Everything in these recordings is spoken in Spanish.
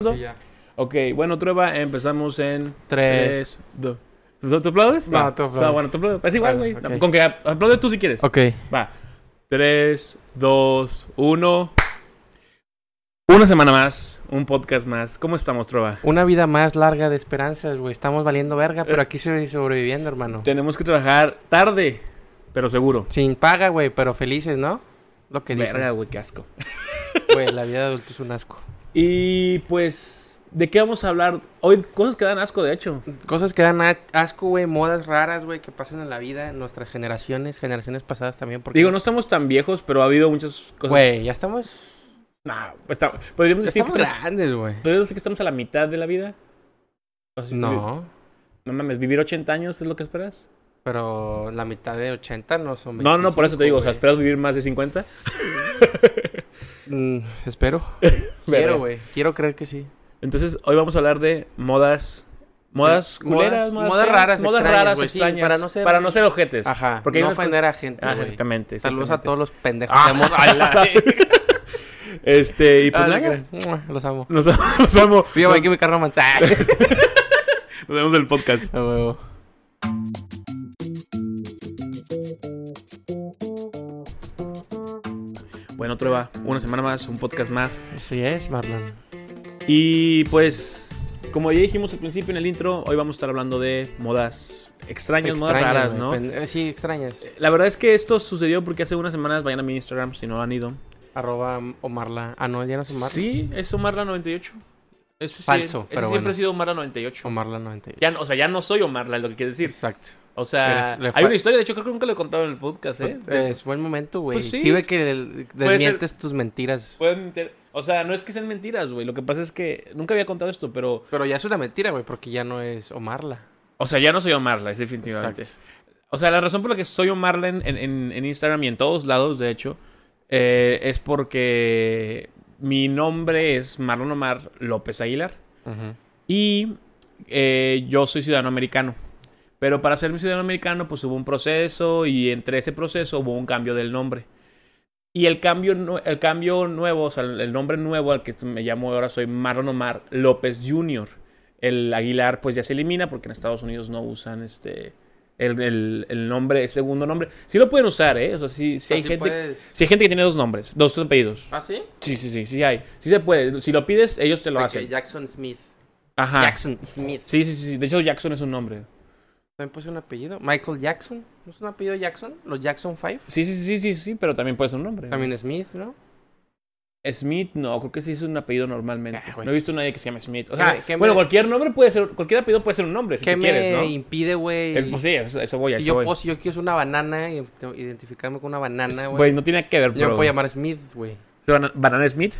acuerdo? Y ya. Ok, bueno, Trueba, empezamos en 3, Tres. 2. ¿Tú tú aplaudes? No, Va. tú aplaudes. Va, bueno, tú aplaudes. Es igual, güey. Bueno, ok. Con que ap- aplaude tú si quieres. Ok. Va. 3, 2, 1. Una semana más, un podcast más. ¿Cómo estamos, Trueba? Una vida más larga de esperanzas, güey. Estamos valiendo verga, Eh. pero aquí se sobreviviendo, hermano. Tenemos que trabajar tarde, pero seguro. Sin paga, güey, pero felices, ¿no? Lo que Verga, dicen. güey, qué asco. Güey, la vida de adulto es un asco. Y pues, ¿de qué vamos a hablar? Hoy cosas que dan asco, de hecho. Cosas que dan a- asco, güey. Modas raras, güey, que pasan en la vida. En nuestras generaciones, generaciones pasadas también. Porque, Digo, no estamos tan viejos, pero ha habido muchas cosas. Güey, ya estamos... Nah, está- podríamos decir Estamos que estamos- grandes, güey. podríamos decir que estamos a la mitad de la vida. O sea, si tú- No, No mames, vivir 80 años es lo que esperas. pero la mitad de 80 no son no, no, no, por eso te digo, o sea, 25, esperas vivir más de 50. güey. Mm, espero. Verga. Quiero, güey. Quiero creer que sí. Entonces, hoy vamos a hablar de modas. Modas Eh, culeras, modas- modas, modas feas, raras, modas extrañas, raras, güey, sí, extrañas. para no ser- ojetes. Ajá. Porque Porque hay no unas cosas- ofender a gente, Ah, güey. exactamente. Saludos a exactamente. todos los pendejos Ah. de moda. Ay, la- Este, y pues Ah, la nada, que- Los amo. nos, nos amo. Viva nos, aquí mi carro nos vemos en el podcast. Bueno, otra va. Una semana más, un podcast más. Así es, Marlon. Y pues, como ya dijimos al principio en el intro, hoy vamos a estar hablando de modas extrañas, modas Extrañas, raras, güey, ¿no? pen- eh, Sí, extrañas. La verdad es que esto sucedió porque hace unas semanas, vayan a mi Instagram si no han ido. Arroba Omarla. Ah, no, ya no es Omar. Sí, es Omarla98. Ese sí- Falso, ese pero siempre bueno. ha sido Omarla98. Omarla 98. Ya no- o sea, ya no soy Omarla, es lo que quieres decir. Exacto. O sea, Pero es- le hay fue- una historia, de hecho creo que nunca lo he contado en el podcast, ¿eh? Es buen momento, güey. Pues sí. sí, ve que el- desmientes tus mentiras. Pueden ter- O sea, no es que sean mentiras, güey. Lo que pasa es que nunca había contado esto, pero... Pero ya es una mentira, güey, porque ya no es Omarla. O sea, ya no soy Omarla, es definitivamente. O sea, la razón por la que soy Omarla en, en- en- en Instagram y en todos lados, de hecho, eh, es porque mi nombre es Marlon Omar López Aguilar. Ujú. Y eh, yo soy ciudadano americano. Pero para ser mi ciudadano americano, pues hubo un proceso y entre ese proceso hubo un cambio del nombre. Y el cambio, nu- el cambio nuevo, o sea, el el nombre nuevo al que me llamo ahora soy Marlon Omar López Jr. El Aguilar pues ya se elimina porque en Estados Unidos no usan este el, el- el nombre, el segundo nombre. Sí lo pueden usar, ¿eh? O sea, sí, sí hay, Así gente, puedes- sí hay gente que tiene dos nombres, dos apellidos. ¿Ah, sí? Sí, sí, sí, sí hay. Sí se puede. Si lo pides, ellos te lo De que hacen. Jackson Smith. Ajá. Jackson Smith. Sí, sí, sí. sí. De hecho, Jackson es un nombre. También puse un apellido. Michael Jackson. ¿No es un apellido Jackson? Los Jackson Five. Sí, sí, sí, sí, sí, pero también puede ser un nombre. También Smith, ¿no? Smith, no, creo que sí es un apellido normalmente. Ah, güey. no he visto a nadie que se llame Smith. O ¿Qué sea, me- qué bueno, me- cualquier nombre puede ser, cualquier apellido puede ser un nombre, si ¿Qué tú me quieres, ¿no? impide, güey? Eh, Pues sí, eso, eso voy, a si eso yo, voy. puedo, si yo quiero ser una banana y te- identificarme con una banana, güey. Güey, no tiene que ver, Yo me bro. puedo llamar Smith, güey. Bana- Banana Smith,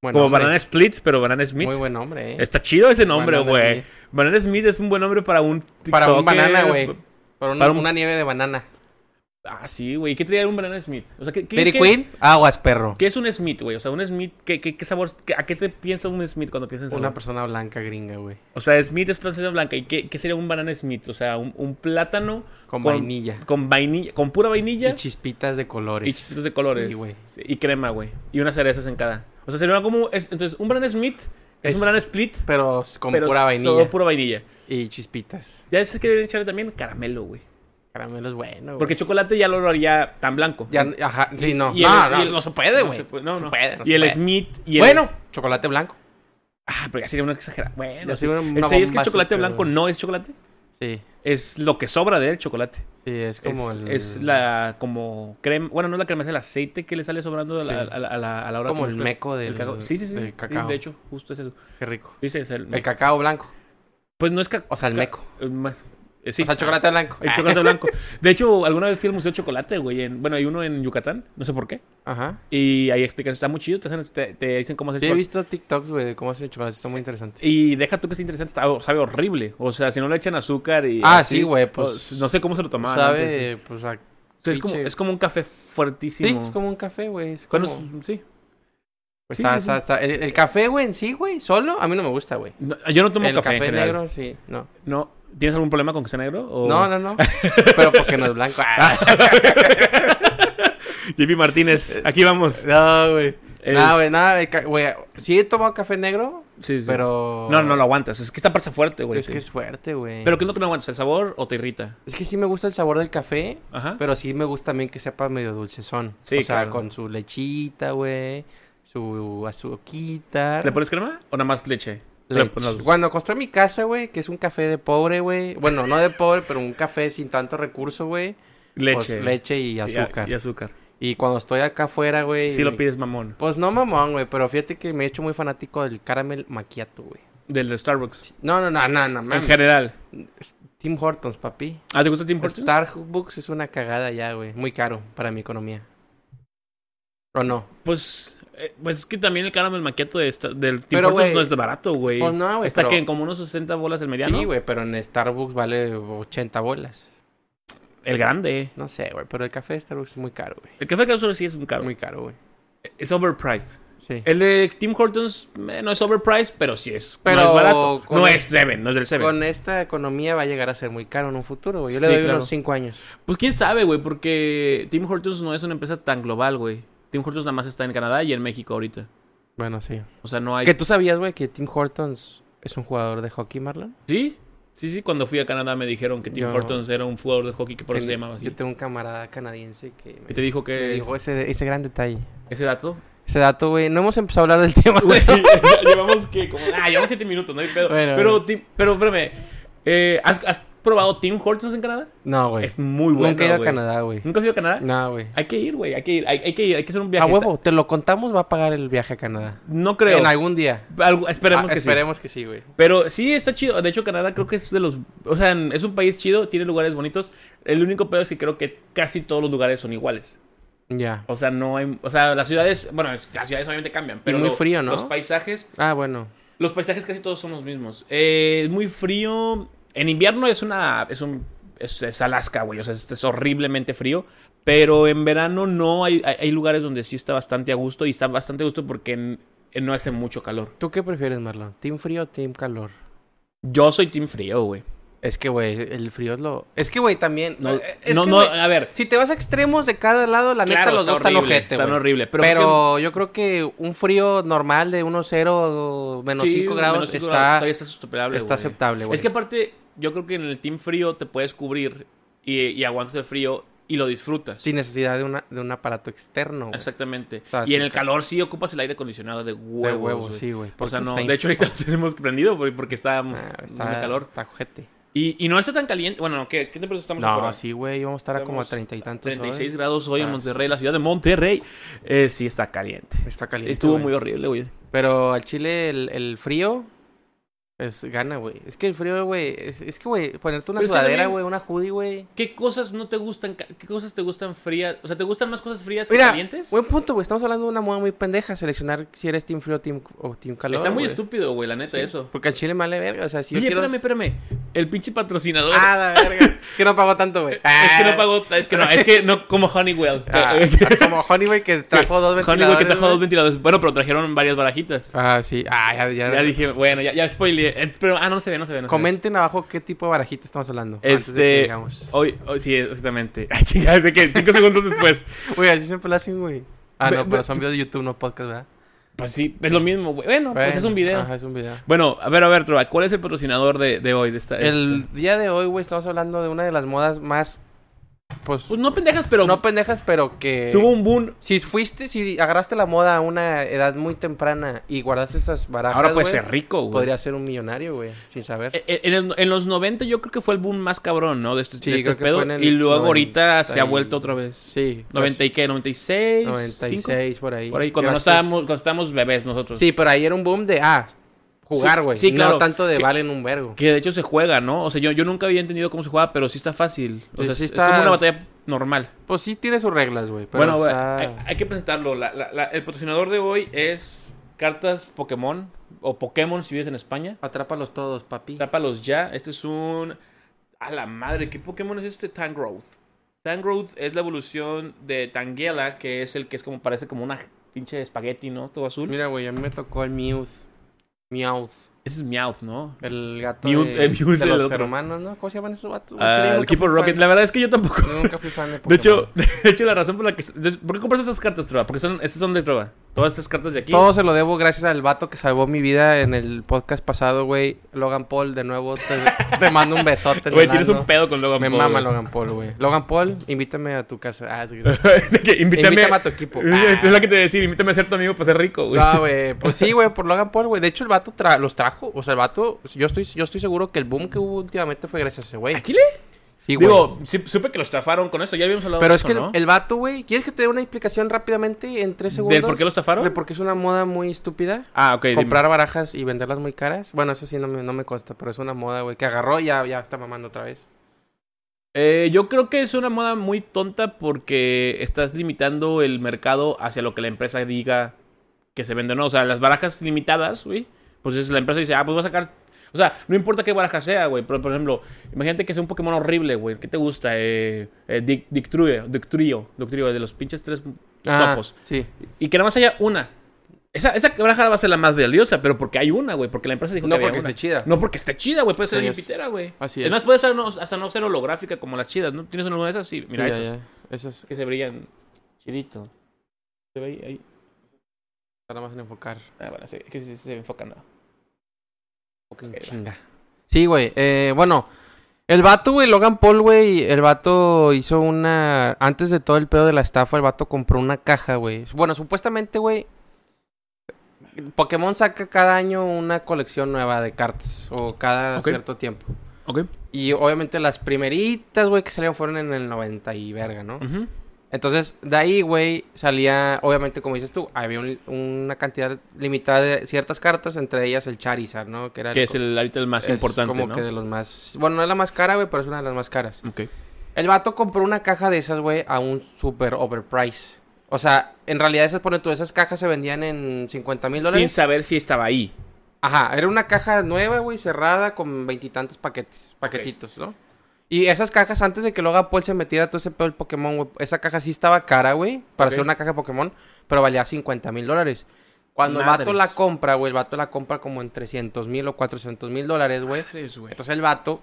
Buen como hombre. Banana Split, pero Banana Smith. Muy buen hombre, eh. Está chido ese nombre, Banana güey. Smith. Banana Smith es un buen nombre para un Para TikToker, un banana, güey. Para, una- para un- una nieve de banana. Ah, sí, güey. ¿Qué traía un Banana Smith? O sea, ¿qué, qué, Dairy qué- Queen, aguas, perro. qué es un Smith, güey? O sea, un Smith, ¿qué, qué, qué sabor? qué- ¿A qué te piensa un Smith cuando piensas en sabor? Una persona blanca gringa, güey. O sea, Smith es plátano blanca. ¿Y qué, qué sería un banana Smith? O sea, un, un plátano Con vainilla. Con vainilla, con pura Y vainilla chispitas de colores. y chispitas de colores. Sí, güey. Sí, y crema, güey. Y unas cerezas en cada. O sea, sería como. es- entonces, un banana Smith es, Es- un banana split. Pero s- con pero pura Solo vainilla. pura vainilla. Y chispitas. Ya es que deben echarle también caramelo, güey. Caramelo es bueno, güey. Porque chocolate ya lo haría tan blanco. Ya, ajá, sí, no. Y el- no, y no, el- no se puede, no güey. se puede, no, se no. puede, no y se el puede. Smith y el. Bueno, chocolate blanco. Ah, pero ya sería una exagerada. Bueno, Ya sí. sería una ¿En serio es que bomba el chocolate azúcar, blanco güey. no es chocolate? Sí, Es lo que sobra del chocolate. sí, es como es, el... es la como crema, bueno, no la crema, es el aceite que le sale sobrando a la, Sí. a la- a la- a la hora Como que el mezcla- meco del- cacao. Sí, sí, sí. del sí, cacao. De hecho, justo es eso. Qué rico. Dice, es el, El cacao blanco. Pues no es cacao. O sea, el meco. Sí. O sea, chocolate blanco. El chocolate blanco. De hecho, alguna vez fui al Museo de Chocolate, güey. en- bueno, hay uno en Yucatán, no sé por qué. Ajá. Y ahí explican, está muy chido, te, hacen- te- te dicen cómo hacer Sí, he chocolate. visto TikToks, güey, de cómo hacen el chocolate. Está muy interesante. Y deja tú que es interesante, está- sabe horrible. O sea, si no le echan azúcar y. Ah, así, sí, güey, o- pues, No sé cómo se lo tomaban. antes. Sabe, pues, a... O sea, es, como, pinche- es como un café Sí, fuertísimo. es como un café, güey. es Bueno, como- es- sí. Pues sí, sí, está- está- sí. está- El, el café, güey, en sí, güey, solo, a mí no me gusta, güey. No, yo no tomo El café, café, en general. Oh. negro, sí, no. No. ¿Tienes algún problema con que sea negro? O... No, no, no. Pero porque no es blanco. Ah, JP Martínez, aquí vamos. no, güey. Es- Nada, güey, nada, el ca- güey. Sí he tomado café negro, Sí, sí. Pero. No, no lo aguantas. Es que esta parte está fuerte, güey. Es que sí. es fuerte, güey. Pero que no te lo aguantas, el sabor o te irrita. Es que sí me gusta el sabor del café, Ajá. pero sí me gusta también que sepa medio dulcezón. Sí, o sea, claro. con su lechita, güey, su azuquita. ¿Le pones crema o nada más leche? Le lech- pones las dos. Cuando acosté en mi casa, güey, que es un café de pobre, güey. Bueno, no de pobre, pero un café sin tanto recurso, güey. pues, leche. leche y azúcar. Y, Y, azúcar. cuando estoy acá afuera, güey. Si lo pides mamón. Pues no mamón, güey, pero fíjate que me he hecho muy fanático del caramel maquiato, güey. Del de Starbucks. No, no, no, no, no, En mames. general. Tim Hortons, papi. ¿Ah, te gusta Tim Hortons? Starbucks es una cagada ya, güey. Muy caro para mi economía. ¿O no? Pues, eh, pues es que también el caramel maquiato de esta- del Tim Pero, Hortons güey, no es de barato, güey. pues no, güey, Está pero- que en como unos 60 bolas el mediano. Sí, güey, pero en Starbucks vale 80 bolas. El grande. No sé, güey, pero el café de Starbucks es muy caro, güey. El café Capsule sí es muy caro. Muy caro, güey. Es overpriced. Sí. El de Tim Hortons eh, no es overpriced, pero sí es. Pero no es barato. con No el- es Seven, no es del Seven. Con esta economía va a llegar a ser muy caro en un futuro, güey. Yo le Sí, doy claro. unos 5 años. Pues quién sabe, güey, porque Tim Hortons no es una empresa tan global, güey. Tim Hortons nada más está en Canadá y en México ahorita. Bueno, sí. O sea, no hay. Que tú sabías, güey, que Tim Hortons es un jugador de hockey, Marlon. Sí, sí, sí. Cuando fui a Canadá me dijeron que Tim Yo- Hortons era un jugador de hockey que por eso Ten- se llamaba así. Yo tengo un camarada canadiense que me, Y te dijo que me dijo ese, ese gran detalle. ese dato. Ese dato, güey. No hemos empezado a hablar del tema, güey. Güey, ya llevamos que como. Ah, llevamos siete minutos, no hay pedo. Bueno, pero, bueno. Tim- pero espérame. eh, ¿has, has probado Tim Hortons en Canadá? No, güey. Es muy bueno. Nunca he ido a güey. Canadá, güey. ¿Nunca has ido a Canadá? No, güey. Hay que ir, güey. Hay que ir. Hay, hay que ir. Hay que hacer un viaje. A huevo, te lo contamos, va a pagar el viaje a Canadá. Está- No creo. En algún día. Algo- esperemos Ah, que sí. esperemos que sí, güey. Pero sí está chido. De hecho, Canadá creo que es de los. O sea, es un país chido, tiene lugares bonitos. El único pedo es que creo que casi todos los lugares son iguales. Ya. O sea, no hay. O sea, las ciudades. Bueno, las ciudades obviamente cambian. Pero muy lo- frío, ¿no? Los paisajes. Ah, bueno. Los paisajes casi todos son los mismos. Eh, Es muy frío. En invierno es una. Es un. Es, es Alaska, güey. O sea, es, es horriblemente frío. Pero en verano no hay, hay, hay lugares donde sí está bastante a gusto. Y está bastante a gusto porque en- en no hace mucho calor. ¿Tú qué prefieres, Marlon? ¿Team frío o team calor? Yo soy team frío, güey. Es que, güey, el frío es lo... Es que, güey, también... No, eh, es no, que, no, güey, a ver. Si te vas a extremos de cada lado, la neta, Claro, los está dos están horrible, ojete, están güey. horrible, pero Pero, creo yo creo que un frío normal de unos 0 menos Sí, 5 grados menos cinco está, todavía está superable, está güey. aceptable, güey. Es que aparte, yo creo que en el team frío te puedes cubrir y, y aguantas el frío y lo disfrutas. Sin necesidad de, una, de un aparato externo, güey. Exactamente. O sea, y sí en el te- calor sí ocupas el aire acondicionado de huevos. De huevo, güey. sí, güey. O sea, porque no. está De hecho, ahorita lo tenemos prendido güey, porque estábamos Ah, en está, calor. Está ojete. Y, y no está tan caliente. Bueno, no, ¿qué, qué temperatura estamos No, afuera? sí, güey. Vamos a estar a como a Estamos treinta y tantos. hoy. 36 grados hoy en Está- Monterrey, la ciudad de Monterrey. Eh, sí, está caliente. Está caliente. Estuvo güey. muy horrible, güey. Pero al chile el, el frío es, gana, güey. Es que el frío, güey. Es, es que, güey, ponerte una Pero es que sudadera, también- güey, una hoodie, güey. ¿Qué cosas no te gustan? ca- ¿Qué cosas te gustan frías? O sea, ¿te gustan más cosas frías que Mira, calientes? buen punto, güey. Estamos hablando de una moda muy pendeja. Seleccionar si eres team frío team, o team calor. Está muy güey. estúpido, güey, la neta, eso. Porque al chile me vale verga. O sea, si Oye, yo quiero... espérame, espérame. El pinche patrocinador. Ah, la verga. es que no pagó tanto, güey. Es que no pagó. Es que no, es que no, como Honeywell. Ah, Eh, eh, como Honey, güey, que trajo dos ventiladores. Honeywell que trajo dos güey. ventiladores. Bueno, pero trajeron varias barajitas. Ah, sí. Ah, ya, ya. Ya dije, bueno, ya, ya spoileé. Eh, Pero, ah, no se ve, no se ve. No se ve. Comenten abajo qué tipo de barajita estamos hablando. antes de que Este. digamos. Hoy, hoy- sí, exactamente. Ah, chingada, ¿de qué? Cinco segundos después. Güey, así siempre la hacen, güey. Ah, Ve- no, ve- pero son videos de YouTube, no podcast, ¿verdad? Pues sí, es lo mismo, güey. Bueno, pues Bueno, es un video. Ajá, es un video. Bueno, a ver, a ver, Trova, ¿cuál es el patrocinador de, de hoy? De esta, El día de hoy, güey, estamos hablando de una de las modas más. Pues. Pues no pendejas, pero No pendejas, pero que. tuvo un boom. Si fuiste, si agarraste la moda a una edad muy temprana y guardaste esas barajas. Ahora puede güey, ser rico, güey. Podría ser un millonario, güey, sin saber. Eh, eh, En, el- en los 90 yo creo que fue el boom más cabrón, ¿no? De este, Sí, de este creo que pedo. fue en el Y luego ahorita 90 se ha vuelto otra vez. Sí. pues, 90 y qué, 96, 96 96, por ahí. por ahí cuando no Gracias. estábamos cuando estábamos bebés nosotros. Sí, pero ahí era un boom de. Ah, jugar, Sí, güey. sí, claro. No tanto de Que- valen un vergo. Que de hecho se juega, ¿no? O sea, yo, yo nunca había entendido cómo se juega, pero sí está fácil. O Sí, sea, sí es- es está- como una batalla normal. Pues sí, tiene sus reglas, güey. Pero Bueno, güey, está- hay, hay que presentarlo. La- la- la- el patrocinador de hoy es cartas Pokémon o Pokémon si vives en España. Atrápalos todos, papi. Tápalos ya. Este es un. A la madre, ¿qué Pokémon es este? Tangrowth. Tangrowth es la evolución de Tangela, que es el que es como parece como una pinche espagueti, ¿no? Todo azul. Mira, güey, a mí me tocó el Mewth. Meowth. Ese es Meowth, ¿no? El gato Mewth, de, eh, Mewth de el los otro. hermanos, ¿no? ¿Cómo se llaman esos vatos? güey? Chile, yo Ah, el nunca Keeper fui Rocket. fan- La verdad es que yo tampoco. yo nunca fui fan de Pokémon. De hecho, de hecho, la razón por la que. ¿Por qué compras esas cartas, Trova? Porque son, estas son de Trova. Todas estas cartas de aquí. Todo se lo debo gracias al vato que salvó mi vida en el podcast pasado, güey. Logan Paul, de nuevo, te, te mando un besote. Güey, tienes Nando. un pedo con Logan Me Paul, mama güey. Logan Paul, güey. Logan Paul, invítame a tu casa. Ah, sí. De que invítame, Invítame a tu equipo. Ah. Es lo que te decía, invítame a ser tu amigo para ser rico, güey. No, güey. Pues sí, güey, por Logan Paul, güey. De hecho, el vato tra- los trajo. O sea, el vato, yo estoy, yo estoy seguro que el boom que hubo últimamente fue gracias a ese güey. ¿A Chile? Sí, güey. Ah, Digo, sí- supe que lo estafaron con eso, ya habíamos hablado Pero de es eso, que el- ¿no? el vato, güey, ¿quieres que te dé una explicación rápidamente en tres ¿Del segundos? por qué lo estafaron? De porque es una moda muy estúpida. Ah, ok. dime. Comprar barajas y venderlas muy caras. Bueno, eso sí no me, no me consta, pero es una moda, güey, que agarró y ya, ya está mamando otra vez. Eh, yo creo que es una moda muy tonta porque estás limitando el mercado hacia lo que la empresa diga que se vende o no. O sea, las barajas limitadas, güey, pues es la empresa dice, ah, pues voy a sacar... O sea, no importa qué baraja sea, güey, pero por ejemplo, imagínate que sea un Pokémon horrible, güey. ¿Qué te gusta? Eh, eh, Dic- Dictrio, Dictrio, Dictrio, de los pinches tres Ah. topos. sí. Y que nada más haya una. Esa, esa baraja va a ser la más valiosa, pero porque hay una, güey. Porque la empresa dijo que No había porque una. esté chida. No porque esté chida, güey. Puede ser Así bien es. pitera, güey. Así Además, es. puede ser no- hasta no ser holográfica como las chidas, ¿no? ¿Tienes alguna de esas? Sí, mira, Sí, ya, estas ya. Esas que se brillan chidito. ¿Se ve ahí? ahí? nada más en enfocar. Ah, bueno, sí, es que sí se enfocan. nada. Fucking Ahí va. chinga. Sí, güey. eh, bueno, el vato, güey, Logan Paul, güey, el vato hizo una... Antes de todo el pedo de la estafa, el vato compró una caja, güey. Bueno, supuestamente, güey, Pokémon saca cada año una colección nueva de cartas o cada Ok. cierto tiempo. Ok. Y obviamente las primeritas, güey, que salieron fueron en el 90 y verga, ¿no? Ujú. Entonces, de ahí, güey, salía, obviamente, como dices tú, había un- una cantidad limitada de ciertas cartas, entre ellas el Charizard, ¿no? Que, era Que es el, ahorita el más es importante, como ¿no? que de los más... Bueno, no es la más cara, güey, pero es una de las más caras. Ok. El vato compró una caja de esas, güey, a un super overprice. O sea, en realidad esas, pone tú, esas cajas se vendían en 50 mil Sin dólares. saber si estaba ahí. Ajá, era una caja nueva, güey, cerrada con veintitantos paquetes, paquetitos, ¿no? Y esas cajas, antes de que Logan Paul se metiera todo ese pedo del Pokémon, güey, esa caja sí estaba cara, güey, para Ok. ser una caja de Pokémon, pero valía 50 mil dólares. Cuando el vato Madres. la compra, güey, el vato la compra como en 300 mil o 400 mil dólares, güey. Madres, güey. Entonces el vato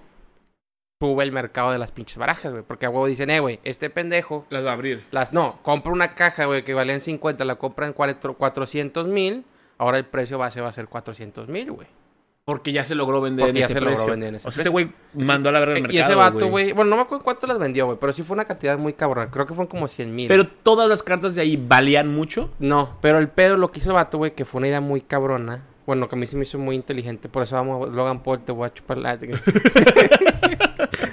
sube el mercado de las pinches barajas, güey. Porque a huevo dicen, eh, güey, este pendejo. Las va a abrir. Las, no, compra una caja, güey, que valían 50, la compra en 400 mil. Ahora el precio base va a ser 400 mil, güey. Porque ya se logró vender Porque en ya ese se logró precio. vender en ese o sea, ese güey mandó a la verga el mercado, y ese vato, güey. Bueno, no me acuerdo cuánto las vendió, güey. Pero sí fue una cantidad muy cabrona. Creo que fueron como 100 mil. Pero todas las cartas de ahí valían mucho. No, pero el pedo lo que hizo el vato, güey, que fue una idea muy cabrona. Bueno, que a mí se me hizo muy inteligente. Por eso vamos, Logan Paul, te voy a chupar la...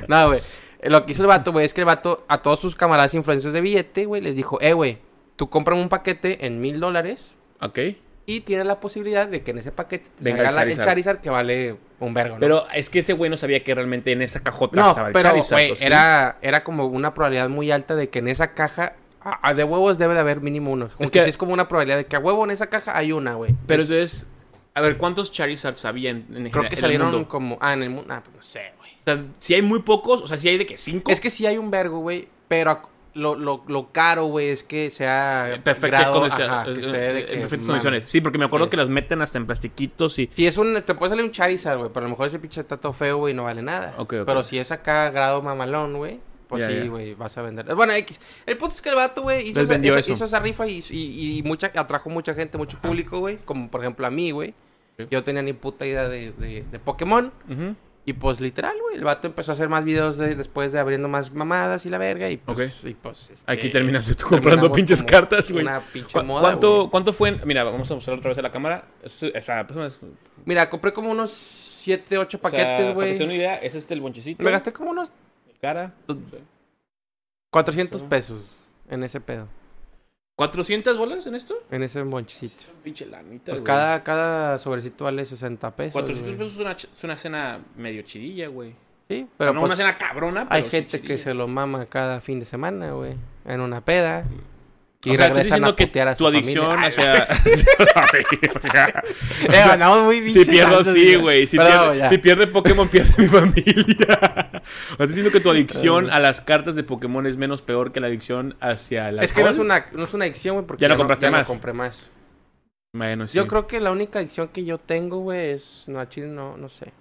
no, güey. Lo que hizo el vato, güey, es que el vato a todos sus camaradas influencers de billete, güey, les dijo, eh, güey, tú compras un paquete en mil dólares Ok. y tienes la posibilidad de que en ese paquete te Venga salga el la- el Charizard. Charizard que vale un vergo, ¿no? Pero es que ese güey no sabía que realmente en esa cajota No, estaba el pero, Charizard. güey, ¿o sí? era, era como una probabilidad muy alta de que en esa caja... a- a de huevos debe de haber mínimo uno. Es que que- sí es como una probabilidad de que a huevo en esa caja hay una, güey. Pero Es- entonces, a ver, ¿cuántos Charizard sabía en, en Creo general- que en el salieron mundo? como. Ah, en el mundo. Ah, pues no sé, güey. O sea, si hay muy pocos, o sea, si hay de que cinco. Es que sí hay un vergo, güey. Pero ac- lo, lo, lo caro, güey, es que sea. en perfectas grado, condiciones. ajá, que eh, esté eh, de que, en perfectas mames. condiciones. Sí, porque me acuerdo Así que es. las meten hasta en plastiquitos y. Si es un. Te puede salir un Charizard, güey. Pero a lo mejor ese pinche está todo feo, güey, y no vale nada. Ok, ok. Pero si es acá grado mamalón, güey. Pues Ya, ya. sí, güey, vas a vender. Bueno, X. El punto es que el vato, güey, hizo, Les esa- vendió esa- eso. hizo esa rifa y, y, y mucha, atrajo mucha gente, mucho público, güey. Como por ejemplo a mí, güey. Ok. Yo no tenía ni puta idea de, de, de Pokémon. Ujú. Y pues literal, güey, el vato empezó a hacer más videos de- después de abriendo más mamadas y la verga. Y pues, y, pues, este, Aquí terminaste tú comprando terminamos pinches como cartas, güey. Una pinche ¿Cu- moda. ¿Cuánto, güey. ¿Cuánto fue? en- Mira, vamos a mostrar otra vez a la cámara. Es- esa persona es- Mira, compré como unos 7, 8 o sea, paquetes, Para que güey. se den una idea, es este el bonchecito. Me gasté como unos Cara. Tu- 400 pesos en ese pedo, ¿400 bolas en esto? en ese monchecito. Pinche lanita. Pues güey. cada, cada sobrecito vale 60 pesos. 400 güey. pesos es una, ch- es una cena medio chidilla, güey. Sí, pero no pues una cena cabrona, pero hay sí gente que chidilla. se lo mama cada fin de semana, güey. En una peda. Y o sea, regresan estás diciendo a que putear a su tu adicción familia. hacia... Eh, andamos muy si pinches pierdo, altos, sí, mira. güey. Si, Perdón, pierde, ya. si pierde Pokémon, pierde mi familia. O sea, diciendo que tu Eh. adicción a las cartas de Pokémon es menos peor que la adicción hacia la Es que no es una, no es una adicción, güey, porque Ya no compraste ya más. compré más. Bueno, sí. Yo creo que la única adicción que yo tengo, güey, es... No, al chile no, no sé.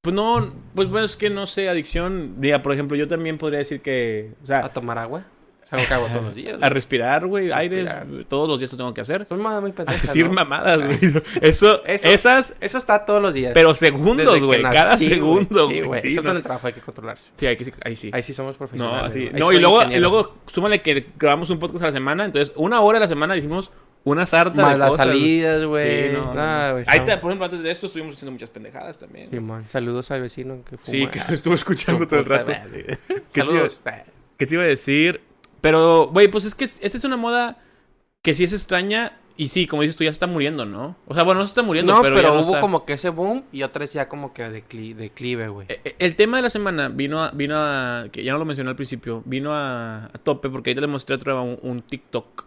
Pues no, pues bueno, es que no sé, adicción... Diga, por ejemplo, yo también podría decir que... O sea, ¿A tomar agua? Salgo cago todos los días. A güey. respirar, güey, aire. Respirar. Todos los días lo tengo que hacer. Son mamadas muy A pendejas, decir ¿no? mamadas, güey. Eso, Eso- esas, Eso está todos los días. pero Desde segundos, que güey. nací, Cada güey. segundo, Sí, güey. Sí, Eso no. con el trabajo hay que controlarse. Sí, ahí sí- ahí sí. Ahí sí somos No, profesionales. así. güey. Ahí No, soy y luego, y ingeniero. luego, súmale que grabamos un podcast a la semana. Entonces, una hora a la semana hicimos una sarta Más de las cosas. salidas, güey. Sí, no, no, Nah, no. güey, Ahí está- te- por ejemplo, antes de esto estuvimos haciendo muchas pendejadas también. Simón, saludos al vecino que fuma. Sí, que lo estuve escuchando todo el rato. ¿Qué Saludos. ¿Qué te iba a decir? Pero, güey, pues es que esta es una moda que sí es extraña. Y sí, como dices tú, ya se está muriendo, ¿no? O sea, bueno, no se está muriendo, No, pero, pero, ya no hubo está. como que ese boom y otra es ya como que decli- declive, güey. Eh, eh, El tema de la semana vino a, vino a que ya no lo mencioné al principio, vino a, a tope porque ahorita le mostré otro día un, un TikTok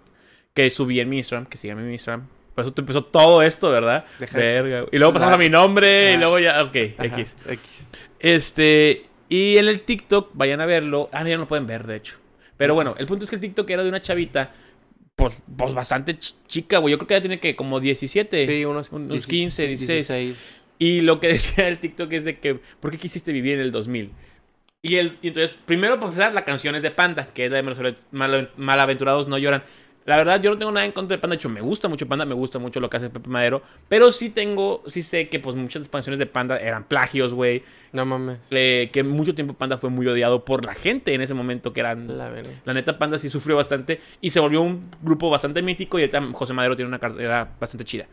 que subí en mi Instagram, que sigue en mi Instagram. Por eso te empezó todo esto, ¿verdad? Deja- Verga. Y luego pasamos Nah. a mi nombre y Nah. luego ya, ok, Ajá, X. X. Este, y en el TikTok, vayan a verlo. Ah, ya no lo pueden ver, de hecho. Pero bueno, el punto es que el TikTok era de una chavita, pues, pues bastante ch- chica, güey. Yo creo que ya tiene que como 17. Sí, unos, unos 16, 15, Y lo que decía el TikTok es de que, ¿por qué quisiste vivir en el 2000? Y, el, y entonces, primero para empezar, la canción es de Panda, que es la de Malave- Mala- Malaventurados no lloran. La verdad, yo no tengo nada en contra de Panda. De hecho, me gusta mucho Panda, me gusta mucho lo que hace Pepe Madero. Pero sí tengo, sí sé que pues muchas canciones de Panda eran plagios, güey. No mames. Eh, que mucho tiempo Panda fue muy odiado por la gente en ese momento, que eran... La verga. La neta, Panda sí sufrió bastante y se volvió un grupo bastante mítico y ahorita José Madero tiene una carrera bastante chida.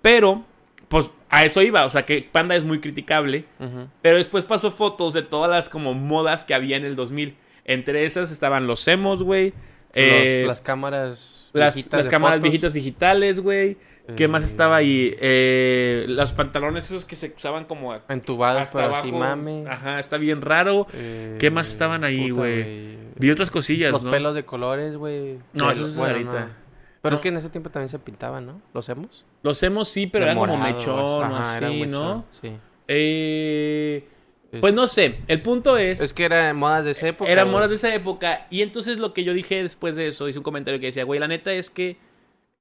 Pero, pues a eso iba, o sea que Panda es muy criticable, Ujú. pero después pasó fotos de todas las como modas que había en el 2000. Entre esas estaban los emos, güey. eh, Los- las cámaras las, viejitas las de cámaras fotos. viejitas digitales, güey. ¿Qué más estaba Eh, ahí? Eh, los pantalones esos que se usaban como Entubadas hasta por abajo. así, Ah, mame. Ajá, está bien raro. Eh, ¿Qué más estaban ahí, puta, güey? Vi otras cosillas, Los ¿no? pelos de colores, güey. No, Pelo- eso es bueno, ahorita. no. Pero No. es que en ese tiempo también se pintaban, ¿no? ¿Los hemos? Los hemos sí, pero eran como mechón o así, ¿no? Sí. Eh, Es- pues no sé, el punto es, Es que eran modas de esa época. eran güey. moras de esa época y entonces lo que yo dije después de eso, hice un comentario que decía, güey, la neta es que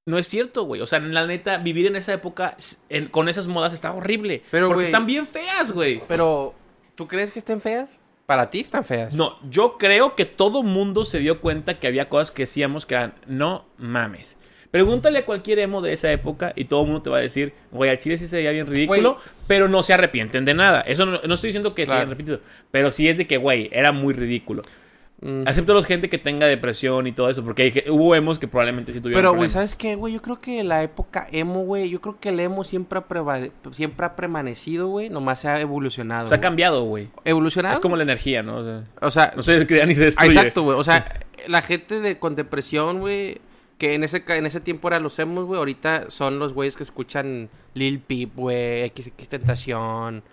no es cierto, güey. O sea, la neta, vivir en esa época s- en- con esas modas está horrible. Pero, porque güey- están bien feas, güey. Pero, ¿tú crees que estén feas? Para ti están feas. No, yo creo que todo mundo se dio cuenta que había cosas que decíamos que eran, no mames. Pregúntale a cualquier emo de esa época y todo el mundo te va a decir, güey, al chile sí se veía bien ridículo, Güey. pero no se arrepienten de nada. Eso no, no estoy diciendo que se Claro. hayan arrepentido, pero sí es de que, güey, era muy ridículo. Mm. Acepto a los gente que tenga depresión y todo eso, porque hay ge- hubo emos que probablemente sí tuvieron Pero, güey, problemas. ¿sabes qué, güey? Yo creo que la época emo, güey, yo creo que el emo siempre ha, preva- siempre ha permanecido, güey, nomás se ha evolucionado. O sea, ha güey. cambiado, güey. ¿Evolucionado? Es como la energía, ¿no? O sea, O sea, no sé, que ya ni se ah, destruye. exacto, güey. O sea, la gente de con depresión, güey, que en ese, ca- en ese tiempo eran los emos, güey, ahorita son los güeyes que escuchan Lil Peep, güey, XX Tentación.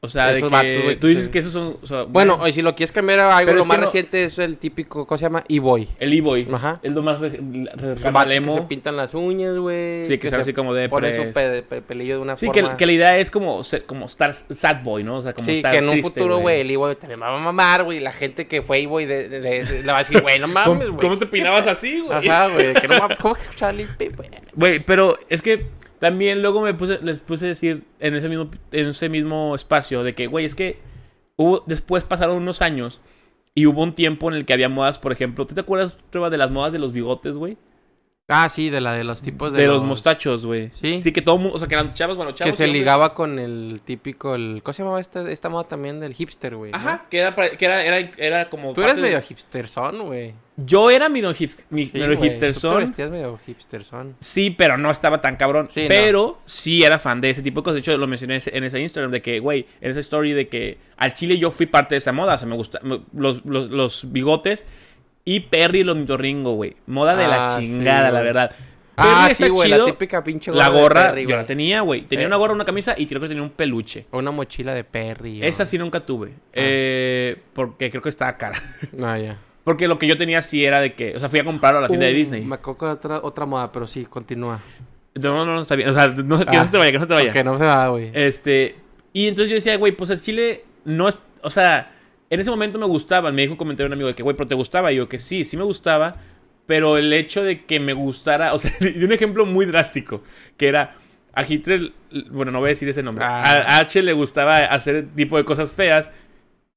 O sea, de Esos que vatos, güey, tú dices sí. que esos son... o sea, Bueno, o si lo quieres cambiar a algo, Pero lo es que más no- reciente es el típico, ¿cómo se llama? E-Boy. el e-boy. Ajá. Es lo más... re- re- Los vatos que emo. se pintan las uñas, güey. Sí, que sean así como de Ponen su pres. pe- pe- pelillo de una Sí, que, forma. que la idea es como, se- como estar sad boy, ¿no? O sea, como sí, estar que en un triste, futuro, güey, el E-Boy te va a mamar, güey. La gente que fue E-Boy de, de- de- de- le va a decir, güey, no ¿Cómo, mames, güey. cómo te pinabas así, güey? Ajá, güey. Que no mames. ¿Cómo que escuchaba Lil Peep, güey? Güey, pero es que también luego me puse, les puse a decir en ese mismo, en ese mismo espacio de que, güey, es que hubo, después pasaron unos años y hubo un tiempo en el que había modas, por ejemplo, ¿tú te acuerdas, Trueba, de las modas de los bigotes, güey? Ah, sí, de la de los tipos de, De, los mostachos, güey. Sí. Sí, que todo mundo, o sea, que eran chavos, bueno, chavos. Que se y hombres. ligaba con el típico, el... ¿Cómo se llamaba esta, esta moda también del hipster, güey? ¿no? Ajá, que era, para- que era, era, era como... Tú eres parte de- medio hipsterzón, güey. Yo era medio, hips, mi- Sí, medio güey, Tú te hipsterzón. vestías medio hipsterzón. Sí, pero no estaba tan cabrón. Sí, no. pero sí era fan de ese tipo de cosas. De hecho, lo mencioné en ese Instagram de que, güey, en esa story de que al Chile yo fui parte de esa moda. O sea, me gusta me- los, los- los bigotes y Perry el ornitorrinco, güey. Moda de Ah, la sí, chingada, la güey. verdad. Ah, Perry sí, está güey, la chido. típica pinche La de gorra, Perry, yo la güey. tenía, güey. Tenía Eh. una gorra, una camisa y creo que tenía un peluche. O una mochila de Perry. o- Esa sí nunca tuve. Eh, porque creo que estaba cara. Ah, ya. Porque lo que yo tenía sí era de que. O sea, fui a comprarlo a la tienda de Uh, Disney. Me acuerdo de otra, otra moda, pero sí, continúa. No, no, no, está bien. O sea, no, que Ah. no se te vaya, que no se te vaya. Que no se va, güey. Este, y entonces yo decía, güey, pues el Chile no es, o sea, en ese momento me gustaban, me dijo un comentario un amigo de que, güey, pero te gustaba, y yo que sí, sí me gustaba, pero el hecho de que me gustara, o sea, de un ejemplo muy drástico, que era, a Hitler, bueno, no voy a decir ese nombre, Ah. a, a H le gustaba hacer tipo de cosas feas,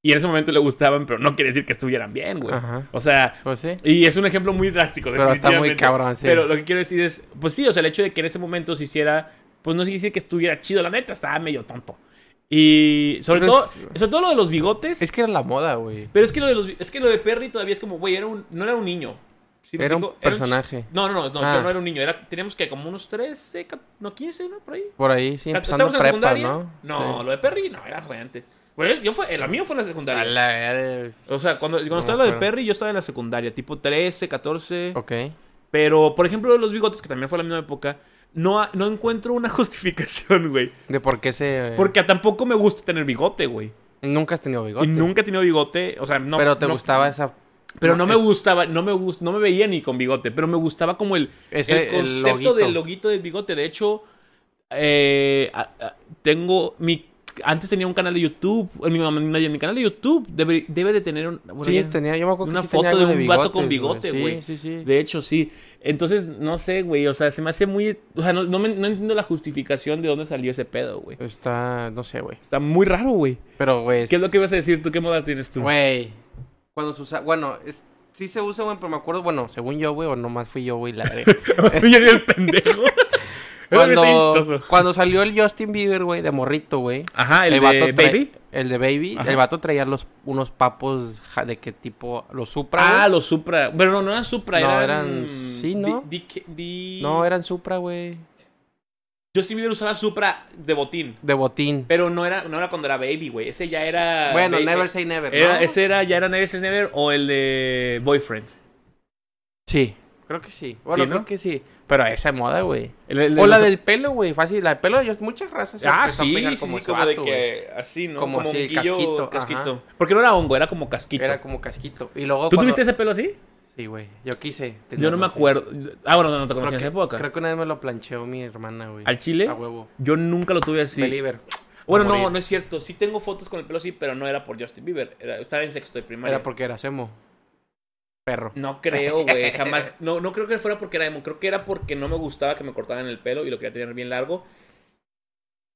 Y en ese momento le gustaban, pero no quiere decir que estuvieran bien, güey. Ajá. O sea, Pues sí. y es un ejemplo muy drástico, Pero está muy definitivamente. cabrón, sí. Pero lo que quiero decir es, pues sí, o sea, el hecho de que en ese momento se hiciera, pues no significa que estuviera chido, la neta, estaba medio tonto. Y sobre Pero todo, Pues es- sobre todo lo de los bigotes. Es que era la moda, güey. Pero es que lo de los, es que lo de Perry todavía es como, güey, era un, no era un niño. ¿Sí me Era un explico? ch- personaje. no, no, no, no, Ah. yo no era un niño. Era, teníamos que como unos 13, ca- no 15, ¿no? Por ahí. Por ahí, sí, ¿Estamos empezando en la prepa, secundaria? ¿no? Sí. lo de Perry no, era fue antes. Bueno, yo fue, la mía fue en la A secundaria. la verga. O sea, cuando, cuando No estaba me lo de acuerdo. Perry, yo estaba en la secundaria, tipo 13, 14. Ok. Pero, por ejemplo, los bigotes, que también fue la misma época, no, ha- no encuentro una justificación, güey. ¿De por qué se...? eh, Porque tampoco me gusta tener bigote, güey. Nunca has tenido bigote. Y nunca he tenido bigote. O sea, no. Pero te no- gustaba esa... Pero no, me es- gustaba, no me gust, no me veía ni con bigote, pero me gustaba como el, Ese- el el concepto loguito. del loguito del bigote. De hecho, eh, a- a- tengo mi antes tenía un canal de YouTube, eh, mi, mamá- mi- mi canal de YouTube debe, debe de tener un bueno, Sí, ya- tenía... Yo me acuerdo que una sí foto tenía algo de un vato con bigotes, bigote, güey. Sí, sí, sí. De hecho, sí. Entonces, no sé, güey. O sea, se me hace muy. O sea, no, no me- no entiendo la justificación de dónde salió ese pedo, güey. Está... No sé, güey. Está muy raro, güey. Pero, güey... ¿Qué es lo que ibas a decir tú? ¿Qué moda tienes tú? Güey. Cuando se usa... Bueno, es- sí se usa, güey, pero me acuerdo... Bueno, según yo, güey, o nomás fui yo, güey, la verga. Soy yo el pendejo. cuando, cuando salió el Justin Bieber, güey, de morrito, güey. Ajá, el, de tra- Baby. El de Baby. Ajá. El vato traía los, unos papos ja- de qué tipo... Los Supra, Ah, güey. los Supra. Pero no, no eran Supra, No, eran... eran- sí, ¿no? Di- di- di- No, eran Supra, güey. Justin Bieber usaba Supra de botín. De botín. Pero no era, no era cuando era Baby, güey. Ese ya era... Bueno, Baby- Never Say Never, era- ¿no? Ese era, ya era Never Say Never o el de Boyfriend. Sí. Creo que sí. Bueno, ¿no? creo que sí. Pero a esa moda, güey. El- el de O la los- del pelo, güey. Fácil. La del pelo, yo, muchas razas Ah, empezó a sí, pegar sí, sí, como, ese de vato, güey. que... Así, ¿no? Como así, el honguillo, casquito, ajá. Porque no era hongo, era como casquito. Era como casquito. Y luego ¿Tú cuando- tuviste ese pelo así? Sí, güey. Yo quise. Yo no tenerlo, me sí. acuerdo. Ah, bueno, no te Creo conocí en que, esa época. creo Ah, que una vez me lo plancheó mi hermana, güey. ¿Al chile? A huevo. Yo nunca lo tuve así. Believer. Bueno, A no, morir. no es cierto. Sí tengo fotos con el pelo así, pero no era por Justin Bieber. Era- estaba en sexto de primaria. Era porque era emo. Perro. No creo, güey. Jamás. No, no creo que fuera porque era emo. Creo que era porque no me gustaba que me cortaran el pelo y lo quería tener bien largo.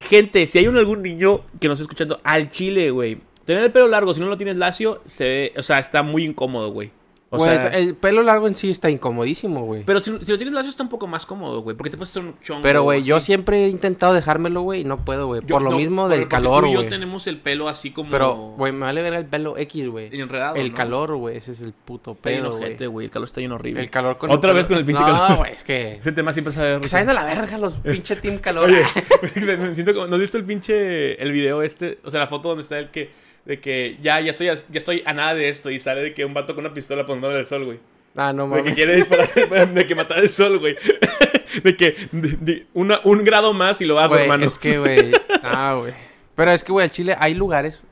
Gente, si hay un, algún niño que nos está escuchando al chile, güey. Tener el pelo largo, si no lo tienes lacio, se ve. O sea, está muy incómodo, güey. O Güey, sea. el pelo largo en sí está incomodísimo, güey. Pero si, si lo tienes lacio está un poco más cómodo, güey. Porque te puedes hacer un chongo. Pero, güey, yo así. siempre he intentado dejármelo, güey, y no puedo, güey. Yo- Por lo no, mismo pero del porque tú calor, y yo güey. tenemos el pelo así como. Pero, güey, me vale ver el pelo X, güey. Enredado. El Ah, ¿no? calor, güey, ese es el puto Está bien pedo, güey. ojete, güey. El calor está bien horrible. El calor con Otra vez con el pinche no, calor. güey, es que... Ese tema siempre sale que rico. Salen a la verga los pinche team calor. Oye, me siento como, ¿no has visto el pinche el video este? O sea, la foto donde está el que de que ya ya estoy a, ya estoy a nada de esto y sale de que un vato con una pistola poniéndole al sol, güey. ah, no De que mames. quiere disparar, de que matar al sol, güey. De que de- de una- un grado más y lo hago, Güey, hermano. es que, güey... Ah, güey. Pero es que, güey, al Chile hay lugares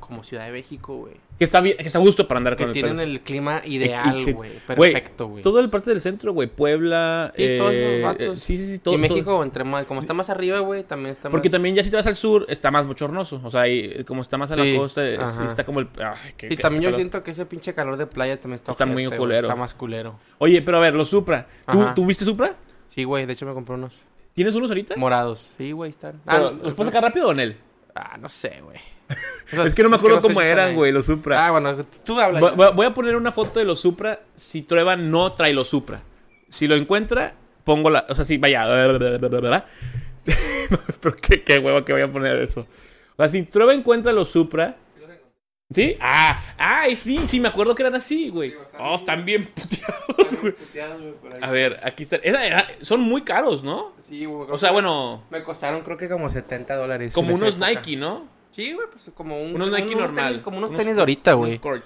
como Ciudad de México, güey. Que está bien, que está a gusto para andar Que con tienen el pelo. el clima Ah, Y- y ideal, sí. güey. Perfecto, güey. Todo el parte del centro, güey, Puebla, Sí, todos esos eh, vatos. sí, sí, sí, todo. Y todo. México, entre más... Como está más arriba, güey, también está más... Porque también ya si te vas al sur está más bochornoso, o sea, ahí, como está más a la Sí, costa, eh, sí ajá. está como el ay, qué- qué- Y también yo calor. siento que ese pinche calor de playa también está Está ojete, muy güey, culero. Está más culero. Oye, pero a ver, los Supra. ¿Tú, Ajá. ¿tú viste Supra? Sí, güey, de hecho me compré unos ¿Tienes unos ahorita? morados. Sí, güey, están. Ah, no, ¿Eh? ¿Los puedes sacar rápido o en él? Ah, no sé, güey. Es que no me acuerdo sé cómo si están eran, ahí. güey, los Supra. Ah, bueno, tú hablas. Voy- voy, voy a poner una foto de los Supra. Si Trueba no trae los Supra. Si lo encuentra, pongo la. O sea, sí, vaya. ¿verdad? No, pero qué, qué hueva que voy a poner eso. O sea, si Trueba encuentra los Supra. ¿Sí? Ah, ay, sí, sí, me acuerdo que eran así, güey. Oh, están bien puteados, pues, güey. A ver, aquí están. Esa era- son muy caros, ¿no? Sí, güey. O sea, bueno. Me costaron creo que como 70 dólares. Como en esa unos época. Nike, ¿no? Sí, güey, pues como un, Unos Nike normal. tenis- como unos, Unos- tenis de ahorita, Unos güey. Court.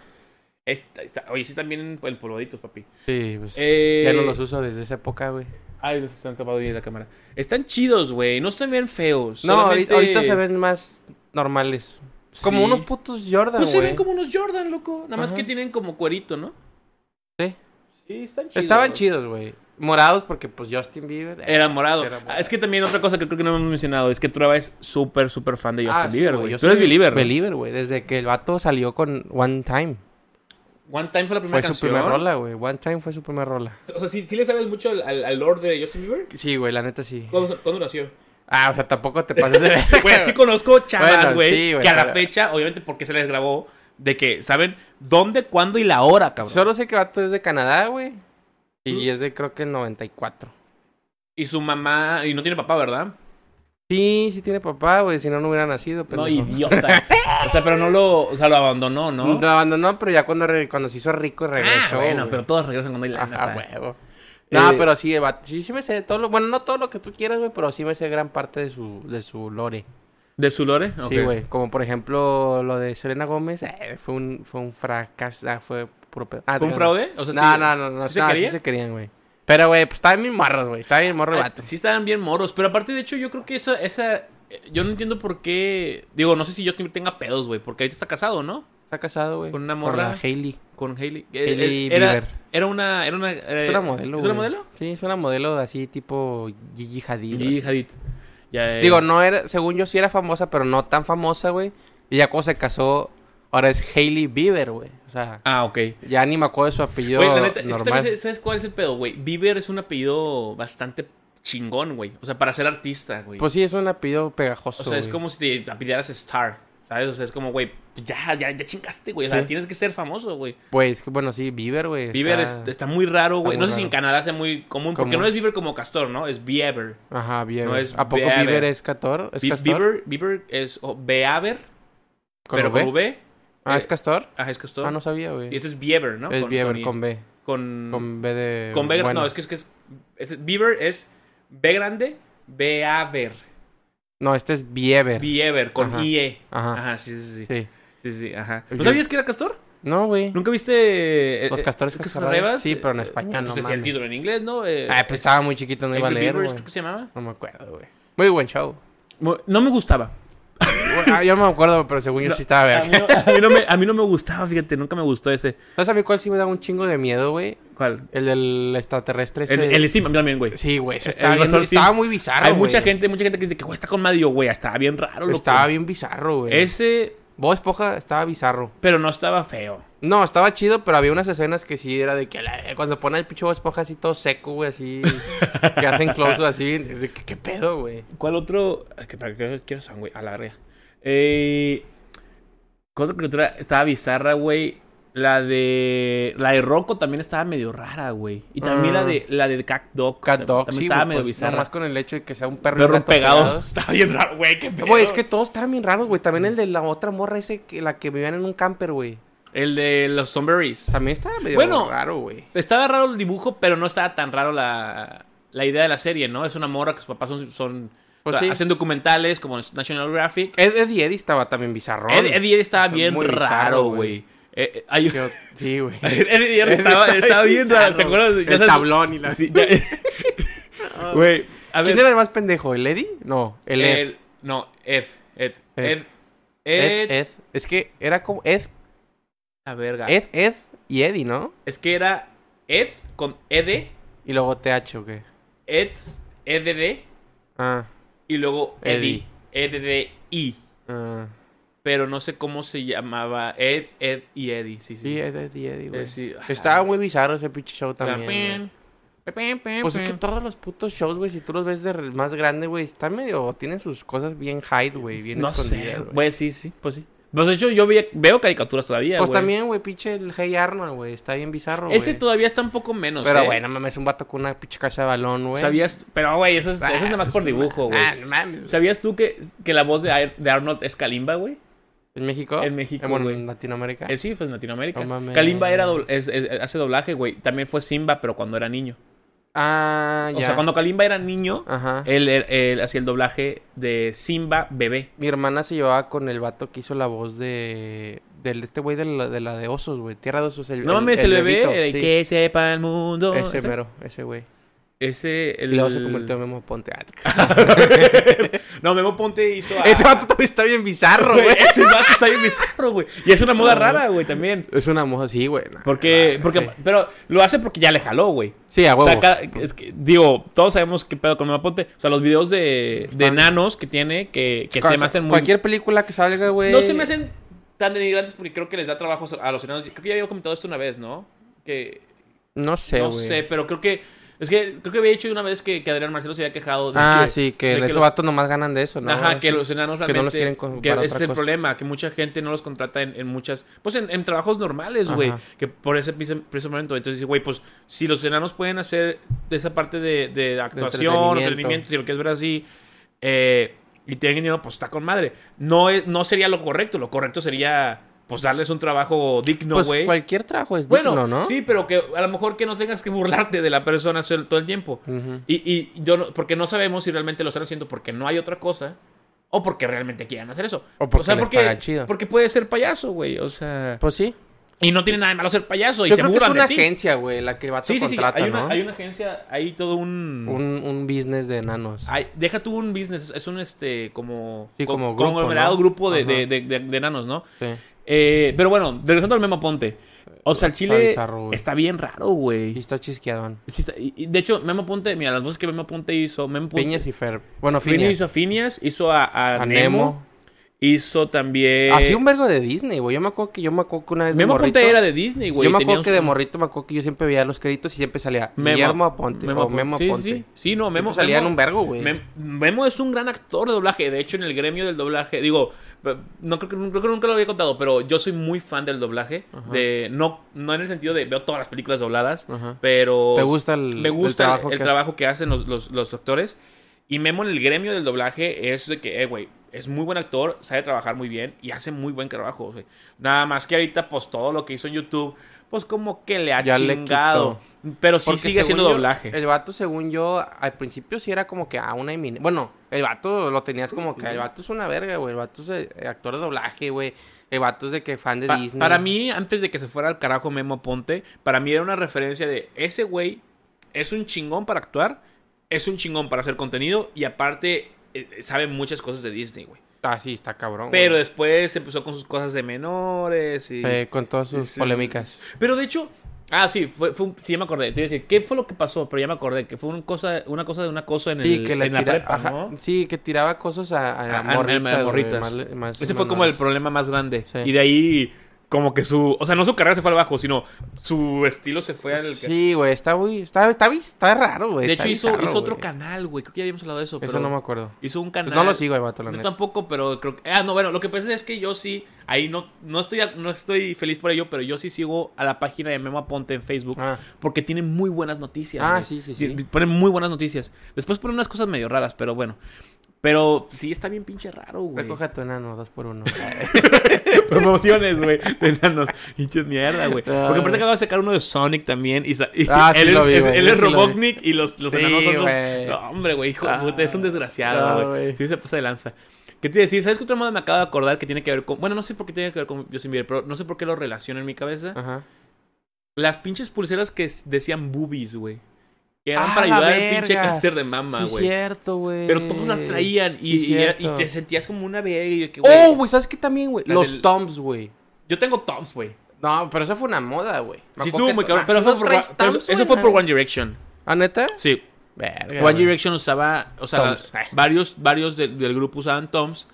Esta- esta- oye, sí están bien el polvoditos, papi. Sí, pues. Eh, Ya no los uso desde esa época, güey. Ay, los están tapando bien la cámara. Están chidos, güey. No están bien feos. No, Solamente- ahorita, ahorita se ven más normales. Como Sí. unos putos Jordan, güey. Pues se ven como unos Jordan, loco. Nada más Ajá. que tienen como cuerito, ¿no? Sí. Sí, están chidos. Estaban chidos, güey. Morados porque, pues, Justin Bieber. eh, Era morado. Era morado. Ah, Es que también otra cosa que creo que no hemos mencionado es que Trueba es súper, súper fan de Justin Ah, sí, Bieber, güey. Yo Tú eres soy Believer. ¿no? Believer, güey. Desde que el vato salió con One Time. One Time fue la Fue primera su canción. primer rola, güey. One Time fue su primer rola. O sea, ¿sí, sí le sabes mucho al, al, al Lord de Justin Bieber? Sí, güey, la neta sí. ¿Cuándo, cuándo nació? Ah, o sea, tampoco te pases de Güey, es que conozco chavas, Bueno, güey, sí, güey, que a la pero- fecha, obviamente porque se les grabó, de que saben dónde, cuándo y la hora, cabrón. Solo sé que Vato es de Canadá, güey. Y es de creo que el 94. Y su mamá, y no tiene papá, ¿verdad? Sí, sí tiene papá, güey. Si no, no hubiera nacido. No, pendejo. idiota. o sea, pero no lo, o sea, lo abandonó, ¿no? Lo abandonó, pero ya cuando, re- cuando se hizo rico Ah, regresó. bueno, güey. Ah, pero todos regresan cuando hay lana. Ajá, pa. huevo. No, Eh, pero sí, el vato- sí, sí me sé todo lo... Bueno, no todo lo que tú quieras, güey, pero sí me sé gran parte de su, de su lore. ¿De su lore? Sí, Ok. güey. Como, por ejemplo, lo de Selena Gómez, eh, fue un, fue un fracaso, ah, fue puro pedo. Ah, ¿Fue un no. fraude? O sea, no, sí- no, no, no, ¿sí se no, quería? sí se querían, güey. Pero, güey, pues estaba bien morros, güey. Estaba bien morro el Ah, vato. Sí estaban bien moros, pero aparte de hecho yo creo que esa, esa, eh, yo no entiendo por qué, digo, no sé si Justin tenga pedos, güey, porque ahorita está casado, ¿no? Está casado, güey. Con una Con morra. la Hailey. Con Hailey. Eh, Hailey era, Bieber. era una, era una, eh, Es una modelo, ¿Es güey. una modelo? Sí, es una modelo así tipo Gigi Hadid. Gigi así. Hadid. Ya, eh, Digo, no era... Según yo sí era famosa, pero no tan famosa, güey. Y ya cuando se casó, ahora es Hailey Bieber, güey. O sea, Ah, ok. ya ni me acuerdo de su apellido Güey, la neta, es que normal. también se- ¿sabes cuál es el pedo, güey? Bieber es un apellido bastante chingón, güey. O sea, para ser artista, güey. Pues sí, es un apellido pegajoso, o sea, es güey. como si te apidieras Star, ¿sabes? O sea, es como, güey, ya, ya, ya chingaste, güey. O sea, Sí. tienes que ser famoso, güey. Pues, es que, bueno, sí, Bieber, güey. Bieber es- está- está, muy raro, está güey. muy No sé si en raro. Canadá sea muy común, porque Común. no es Bieber como Castor, ¿no? Es Bieber. Ajá, Bieber. No es ¿A poco Bieber. Bieber, es Castor? ¿Es Bi- Castor? Bieber, Bieber es o Beaver, ¿Con pero V? con V. Ah, ¿es Castor? Ajá, es Castor. Ah, no sabía, güey. Y este es Bieber, ¿no? es Bieber I- con, B. Con, con, Con B de... B. Este, bueno. No, es que es que es, es- Bieber es B grande, Beaver. No, este es Bieber. Bieber con Ajá. IE. Ajá. Ajá, sí, sí, sí. Sí. Sí, sí, ajá. ¿No Yo- sabías que era Castor? No, güey. ¿Nunca viste. eh, Los eh, Castores Casas Casarrabias? Arribas? Sí, pero en Eh, español, pues no decía el mames. título en inglés, ¿no? Eh, Ah, pues es- estaba muy chiquito, no iba a Angry leer, Beavers, güey. creo que se llamaba. No me acuerdo, güey. Muy buen show. Mu- No me gustaba. Bueno, ah, yo no me acuerdo, pero según yo No, sí estaba A mí, verga. no, a mí no me, a mí no me gustaba, fíjate, nunca me gustó ese. ¿Sabes a mí cuál sí me da un chingo de miedo, güey? ¿Cuál? El del extraterrestre El, este. el Steam, a mí también, güey. Sí, güey. El Eso estaba, bien- invasor Sim. estaba muy bizarro, Hay mucha güey. gente, mucha gente que dice que "Güey, está con Mario, güey, estaba bien raro, loco. Estaba bien bizarro, güey. Ese, Bob Esponja estaba bizarro. pero no estaba feo. No, estaba chido, pero había unas escenas que sí era de que la- cuando pone el pinche Bob Esponja así todo seco, güey, así. que hacen close así. Es de que, ¿qué pedo, güey? ¿Cuál otro? Ay, que para qué quiero son, güey, a la verga. Eh, ¿Cuál otra criatura estaba bizarra, güey? La de la de Rocco también estaba medio rara, güey. Y también la de la de Cat Dog. Mm. Cat tam- Dog, también sí, estaba güey, medio pues, bizarra. nomás con el hecho de que sea un perro y un Perro gato pegado. pegados. Estaba bien raro, güey, qué pedo. Güey, es que todos estaban bien raros, güey. También el de la otra morra ese, que, la que vivían en un camper, güey. el de los Sunberries. También estaba medio Bueno. raro, güey. Estaba raro el dibujo, pero no estaba tan raro la, la idea de la serie, ¿no? Es una morra que sus papás son, son- Pues o sea, sí. hacen documentales como en National Geographic. Ed, Ed y Eddie estaba también bizarrón. Eddie Eddie estaba bien Muy bizarro, raro, güey. güey. Eh, eh, hay- Yo- sí, güey. Eddie Eddie estaba, estaba bien raro, ¿te acuerdas? Ya El sabes- tablón y la... Sí, ya- Güey, a ver. ¿Quién era el más pendejo? ¿El Eddie? No, el Ed. el- no, Ed. Ed. Ed. Ed. Ed, Ed. Ed. Es que era como Ed, La verga. Ed, Ed y Eddie, ¿no? Es que era Ed con ED. Y luego TH, ¿o qué? Ed. EDD. Ah, Y luego Eddie. Eddie. EDDI. ah. Pero no sé cómo se llamaba. Ed, Ed y Eddie. Sí, sí. Sí, Ed, Ed y Eddie, güey. Eh, sí. Estaba muy bizarro ese pinche show O sea, también, pin, güey. pin, pin, Pues es que pin. todos los putos shows, güey, si tú los ves de re- más grande, güey, están medio. Tienen sus cosas bien hide, güey, bien No sé. escondidas. güey. Güey, sí, sí. Pues sí. Pues de hecho, yo veía- veo caricaturas todavía. Pues güey. también, güey, pinche el Hey Arnold, güey, está bien bizarro, güey. Ese todavía está un poco menos. Pero eh. bueno, mames, un vato con una pinche cacha de balón, güey. Sabías. Pero, güey, eso es, eso es nada más por dibujo, güey. Ah, no mames. ¿Sabías tú que, que la voz de, Ar- de Arnold es Kalimba, güey? ¿En México? En México, Eh, bueno, güey. en Latinoamérica. Eh, sí, fue en Latinoamérica. No mames. Kalimba era dobl- es- es- hace doblaje, güey. También fue Simba, pero cuando era niño. Ah, O ya. Ah. sea, cuando Kalimba era niño, Ajá. él, él- él hacía el doblaje de Simba bebé. Mi hermana se llevaba con el vato que hizo la voz de. Del, de este güey de la, de la de osos, güey. Tierra de osos. El, No mames, el, bebé, bebito, el sí. que sepa el mundo. Ese mero, ese güey. ese, el... Y luego se convirtió en Memo Ponte. Ah, no, Memo Ponte hizo a... Ese vato también está bien bizarro, Güey, güey. Ese vato está bien bizarro, güey. Y es una moda No, rara, güey, también. Es una moja, sí, güey. no, Porque, no, porque, güey. pero lo hace porque ya le jaló, güey. Sí, a O huevo. sea, cada- es que, digo, todos sabemos qué pedo con Memo Ponte. O sea, los videos de, de Están- nanos que tiene, que, que Cosa- se me hacen muy... Cualquier película que salga, güey. No se me hacen tan denigrantes porque creo que les da trabajo a los enanos. Creo que ya había comentado esto una vez, ¿no? Que No sé, no güey. sé, pero creo que Es que creo que había hecho una vez que, que Adrián Marcelo se había quejado. pues, de Ah, que- sí, de que esos los- vatos nomás ganan de eso, ¿no? Ajá, que Sí. los enanos que no los realmente- quieren con- que para ese es otra el cosa. problema, que mucha gente no los contrata en, en muchas... Pues en, en trabajos normales, güey. Ajá. Que por ese preciso preciso momento. Entonces, dice, güey, pues si los enanos pueden hacer de esa parte de, de actuación, entretenimiento. entretenimiento, si lo quieres ver así, eh, y tienen dinero, pues está con madre. No, es- no sería lo correcto. Lo correcto sería, pues, darles un trabajo digno, pues güey. cualquier trabajo es bueno, digno, ¿no? sí, pero que a lo mejor que no tengas que burlarte de la persona sol- todo el tiempo. Ujú. Y, y yo no- porque no sabemos si realmente lo están haciendo porque no hay otra cosa o porque realmente quieran hacer eso. O porque sea, les pagan chido. porque puede ser payaso, güey. O sea, Pues sí. y no tiene nada de malo ser payaso. Y Yo se creo que es burlan una de ti. agencia, güey, la que el vato Sí, sí, sí. contrata, hay, una, ¿no? hay una agencia, hay todo un. Un, un business de enanos. hay- deja tú un business, es un este, como. Sí, co- como grupo, conglomerado ¿no? grupo de, de, Ajá. de- de- de enanos, ¿no? Sí. Eh, pero bueno, regresando al Memo Ponte. O sea, el Está Chile bizarro, güey. está bien raro, Y güey. está chisqueadón. Sí está- y- y de hecho, Memo Ponte, mira, las voces que Memo Ponte hizo, Memo Ponte, Piñas y Fer. Bueno, Fini Phineas. Pues, hizo a Phineas, hizo a, a A Nemo, Nemo. hizo también... Así un vergo de Disney, güey. Yo me acuerdo que yo me acuerdo que una vez de Memo morrito- Ponte era de Disney, güey. yo me tenía acuerdo un- que de morrito me acuerdo que yo siempre veía los créditos y siempre salía Memo- Guillermo Aponte o Aponte. Memo Sí, Aponte. Sí, sí, Sí, no, Memo... Siempre salía Memo- en un vergo, güey. Mem- Memo es un gran actor de doblaje. De hecho, en el gremio del doblaje, digo, pe- no creo que, creo que nunca lo había contado, pero yo soy muy fan del doblaje. Ajá. De, no, no en el sentido de veo todas las películas dobladas, Ajá. pero ¿Te gusta el- Pues, me el gusta el el trabajo, trabajo que, que hace? hacen los, los- los actores. Y Memo en el gremio del doblaje es de que, eh, güey, es muy buen actor, sabe trabajar muy bien y hace muy buen trabajo. güey. Nada más que ahorita, pues todo lo que hizo en YouTube, pues como que le ha Ya le chingado. pero sí Porque sigue haciendo según yo- doblaje. el vato, según yo, al principio sí era como que a una eminencia. Bueno, el vato lo tenías como que el vato es una verga, güey. El vato es eh, actor de doblaje, güey. El vato es de que fan de Pa- Disney. Para mí, antes de que se fuera al carajo Memo Ponte, para mí era una referencia de ese güey es un chingón para actuar, es un chingón para hacer contenido y aparte eh, sabe muchas cosas de Disney, güey. Ah, sí, está cabrón. Pero güey. después empezó con sus cosas de menores y... Eh, con todas Sí, sus sí, sí. polémicas. Pero de hecho... Ah, sí, fue, fue un- sí, ya me acordé. Te iba a decir, ¿qué fue lo que pasó? Pero ya me acordé, que fue una cosa, una cosa de una cosa en, Sí, el- que le en la tira- prepa, ajá, ¿no? Sí, que tiraba cosas a, a, A- a- a morritas, güey, morritas. más- más Ese fue como el mamadas. problema más grande. Sí. Y de ahí, como que su... O sea, no su carrera se fue al bajo, sino su estilo se fue al... Sí, güey, está muy. Está, está, bi- está raro, güey. De está hecho, hizo, bizarro, hizo otro güey. canal, güey. Creo que ya habíamos hablado de eso. Eso pero no me acuerdo. Pues Hizo un canal. No lo sigo, el vato, la Yo neta. tampoco, pero creo que. Ah, no, bueno, lo que pasa es que yo sí. Ahí no, no, estoy, no estoy feliz por ello, pero yo sí sigo a la página de Memo Aponte en Facebook. Ah, Porque tiene muy buenas noticias. Ah, güey. sí, sí, sí. Di- di- Pone muy buenas noticias. Después pone unas cosas medio raras, pero bueno. Pero sí está bien pinche raro, güey. recoge a tu enano, dos por uno. Promociones, güey. De enanos. Hinches mierda, güey. Ah. Porque aparte acaba de sacar uno de Sonic también. Y, sa- y Ah, sí él, lo vi, es, güey, él yo es sí lo vi. Robotnik y los, los Sí, enanos son los. güey. No, hombre, güey. Hijo de Ah. puta, es un Ah, desgraciado, güey. güey. sí, se pasa de lanza. ¿Qué te iba a decir? ¿Sabes qué otro modo me acabo de acordar que tiene que ver con. Bueno, no sé por qué tiene que ver con Justin Bieber, pero no sé por qué lo relaciono en mi cabeza. Ajá. Las pinches pulseras que s- decían boobies, güey. Que eran Ah, para la ayudar al pinche verga. cáncer de mama, sí, güey. cierto, güey. pero todos las traían y, Sí, y- y cierto. te sentías como una verga. y yo que, güey, Oh, güey, ¿sabes qué también, güey? Las Los del- Toms, güey. Yo tengo Toms, güey. No, pero esa fue una moda, güey. Me Sí, acuerdo estuvo que muy to- cabrón. ah, Pero ¿sí fue no por, traes One- pero Toms, eso güey, fue no? por One Direction. ¿Ah, neta? Sí. Verga, One güey. Direction usaba, o sea, Toms. varios, varios de- del grupo usaban Toms.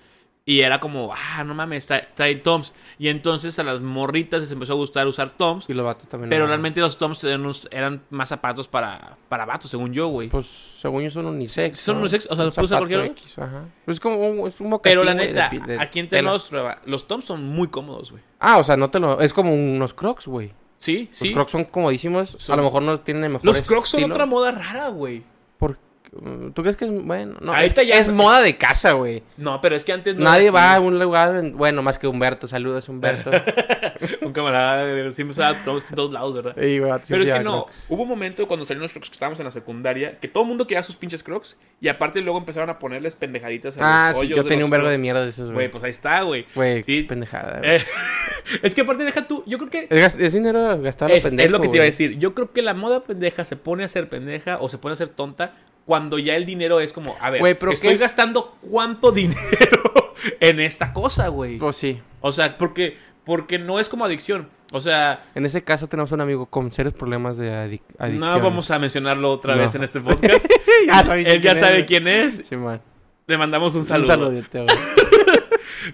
Y era como, ah, no mames, trae, trae Toms. Y entonces a las morritas les empezó a gustar usar Toms. Y los vatos también. Pero no. realmente los Toms eran, unos- eran más zapatos para, para vatos, según yo, güey. Pues, según yo, son unisex. Son ¿no? unisex, o sea, Un los puedes usar zapato cualquier hora. X, ajá. Pues es como un, es un mocasín, Pero la güey, de neta, pi- de aquí en tela. Tenos, los Toms son muy cómodos, güey. Ah, o sea, no te lo. Es como unos crocs, güey. Sí, sí. Los crocs son comodísimos. Son- A lo mejor no tienen el mejor. Los Crocs son estilo. otra moda rara, güey. ¿Por- mm, ¿Tú crees que es bueno? No, es, Ahorita ya- es moda de casa, güey. No, pero es que antes no era Nadie así. va a un lugar, en- bueno, más que Humberto. Saludos, Humberto. Un camarada siempre usaba Crocs de todos lados, ¿verdad? Y, güey, Pero siempre es que lleva no, Crocs. hubo un momento cuando salieron los crocs que estábamos en la secundaria que todo el mundo quería sus pinches crocs y aparte luego empezaron a ponerles pendejaditas a Ah, los sí, hoyos yo de tenía los un vergo Crocs. de mierda de esos, Güey, güey. pues ahí está, güey. Güey, sí. qué pendejada. güey. Eh, es que aparte deja tú, yo creo que... Es, gas- es dinero gastado Es, es pendejo. lo que te iba a güey. decir. Yo creo que la moda pendeja se pone a ser pendeja o se pone a ser tonta cuando ya el dinero es como, a ver, Güey, pero estoy ¿qué es? gastando cuánto dinero en esta cosa, güey. Pues sí. O sea, porque, porque no es como adicción. O sea, En ese caso tenemos un amigo con serios problemas de adic- adicción. no vamos a mencionarlo otra No. vez en este podcast. Ya sabiste Él ya quién es, sabe güey. quién es. Sí, man. Le mandamos un Un saludo. saludito, güey.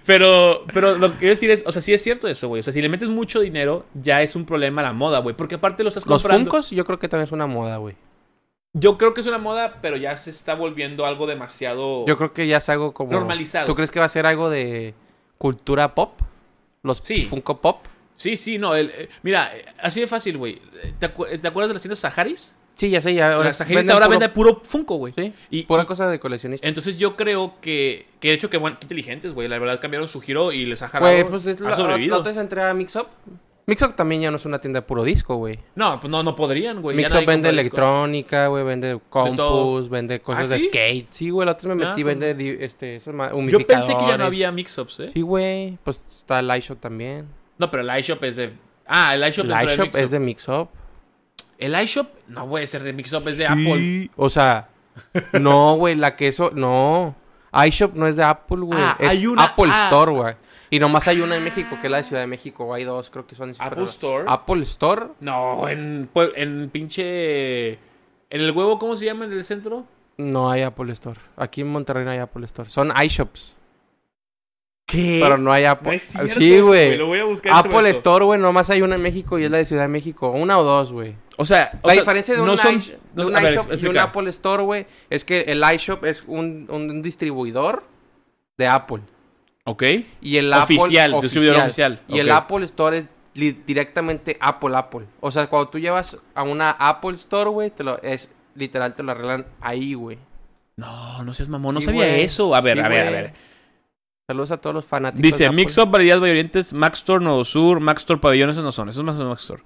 Pero, pero lo que quiero decir es, o sea, sí es cierto eso, güey. O sea, si le metes mucho dinero, ya es un problema a la moda, güey. Porque aparte lo estás Los comprando. Funcos yo creo que también es una moda, güey. Yo creo que es una moda, pero ya se está volviendo algo demasiado. Yo creo que ya es algo como. Normalizado. ¿Tú crees que va a ser algo de cultura pop? Los Sí. Funko Pop. Sí, sí, no. el- eh, mira, eh, así de fácil, güey. Eh, ¿Te, acu- eh, te acuerdas de las tiendas Saharis? Sí, ya sé, ya. las Saharis ahora puro- venden puro Funko, güey. Sí, Y- pura y- cosa de coleccionista. Entonces yo creo que, que de hecho que bueno, qué inteligentes, güey. La verdad cambiaron su giro y les ha jalado. Güey, pues es ha la, la sobrevivido. otra vez entré a Mixup. Mixup también ya no es una tienda de puro disco, güey. No, pues no, no podrían, güey. ya Mixup nadie vende compra discos. electrónica, güey, vende todo. compus, vende cosas ¿Ah, de sí? skate. Sí, güey, la otra vez me Ah, metí, no. vende di- este, esos ma- Yo pensé que ya no humidificadores. había mix-ups, ¿eh? Sí, güey, pues está el iShop también. No, pero el iShop es de. Ah, el iShop El dentro iShop Mix es de Mixup. El iShop no puede ser de mix-up, es de Apple. Sí, O sea, no, güey, la que eso, no. iShop no es de Apple, güey. Ah, es hay una- Apple ah. Store, güey. Y nomás hay una en México, que es la de Ciudad de México. o Hay dos, creo que son. sí, Apple pero- Store. Apple Store. No, en, Pue- en pinche. En el huevo, ¿cómo se llama en el centro? No hay Apple Store. Aquí en Monterrey no hay Apple Store. Son iShops. ¿Qué? Pero no hay Apple. Eh, No es cierto, sí, Lo güey. voy a buscar. en este Apple momento. Store, güey. Nomás hay una en México y es la de Ciudad de México. Una o dos, güey. O sea, o La sea, diferencia de un, no son- iShop- no de un son- a ver, iShop y un explica. Apple Store, güey, es que el iShop es un, un distribuidor de Apple. Ok. Y el Oficial, Apple, distribuidor oficial, Y el ok. Apple Store es li- directamente Apple Apple. O sea, cuando tú llevas a una Apple Store, güey, te lo es literal te lo arreglan ahí, güey. No, no seas mamón, no Sí, sabía güey. eso. A ver, Sí, a ver, a güey. ver. Saludos a todos los fanáticos. de Dice Apple. Mix Up, Variedad Bayorientes, Mac Store, Nodo Sur, Mac Store Pabellón, esos no son, esos más son Mac Store.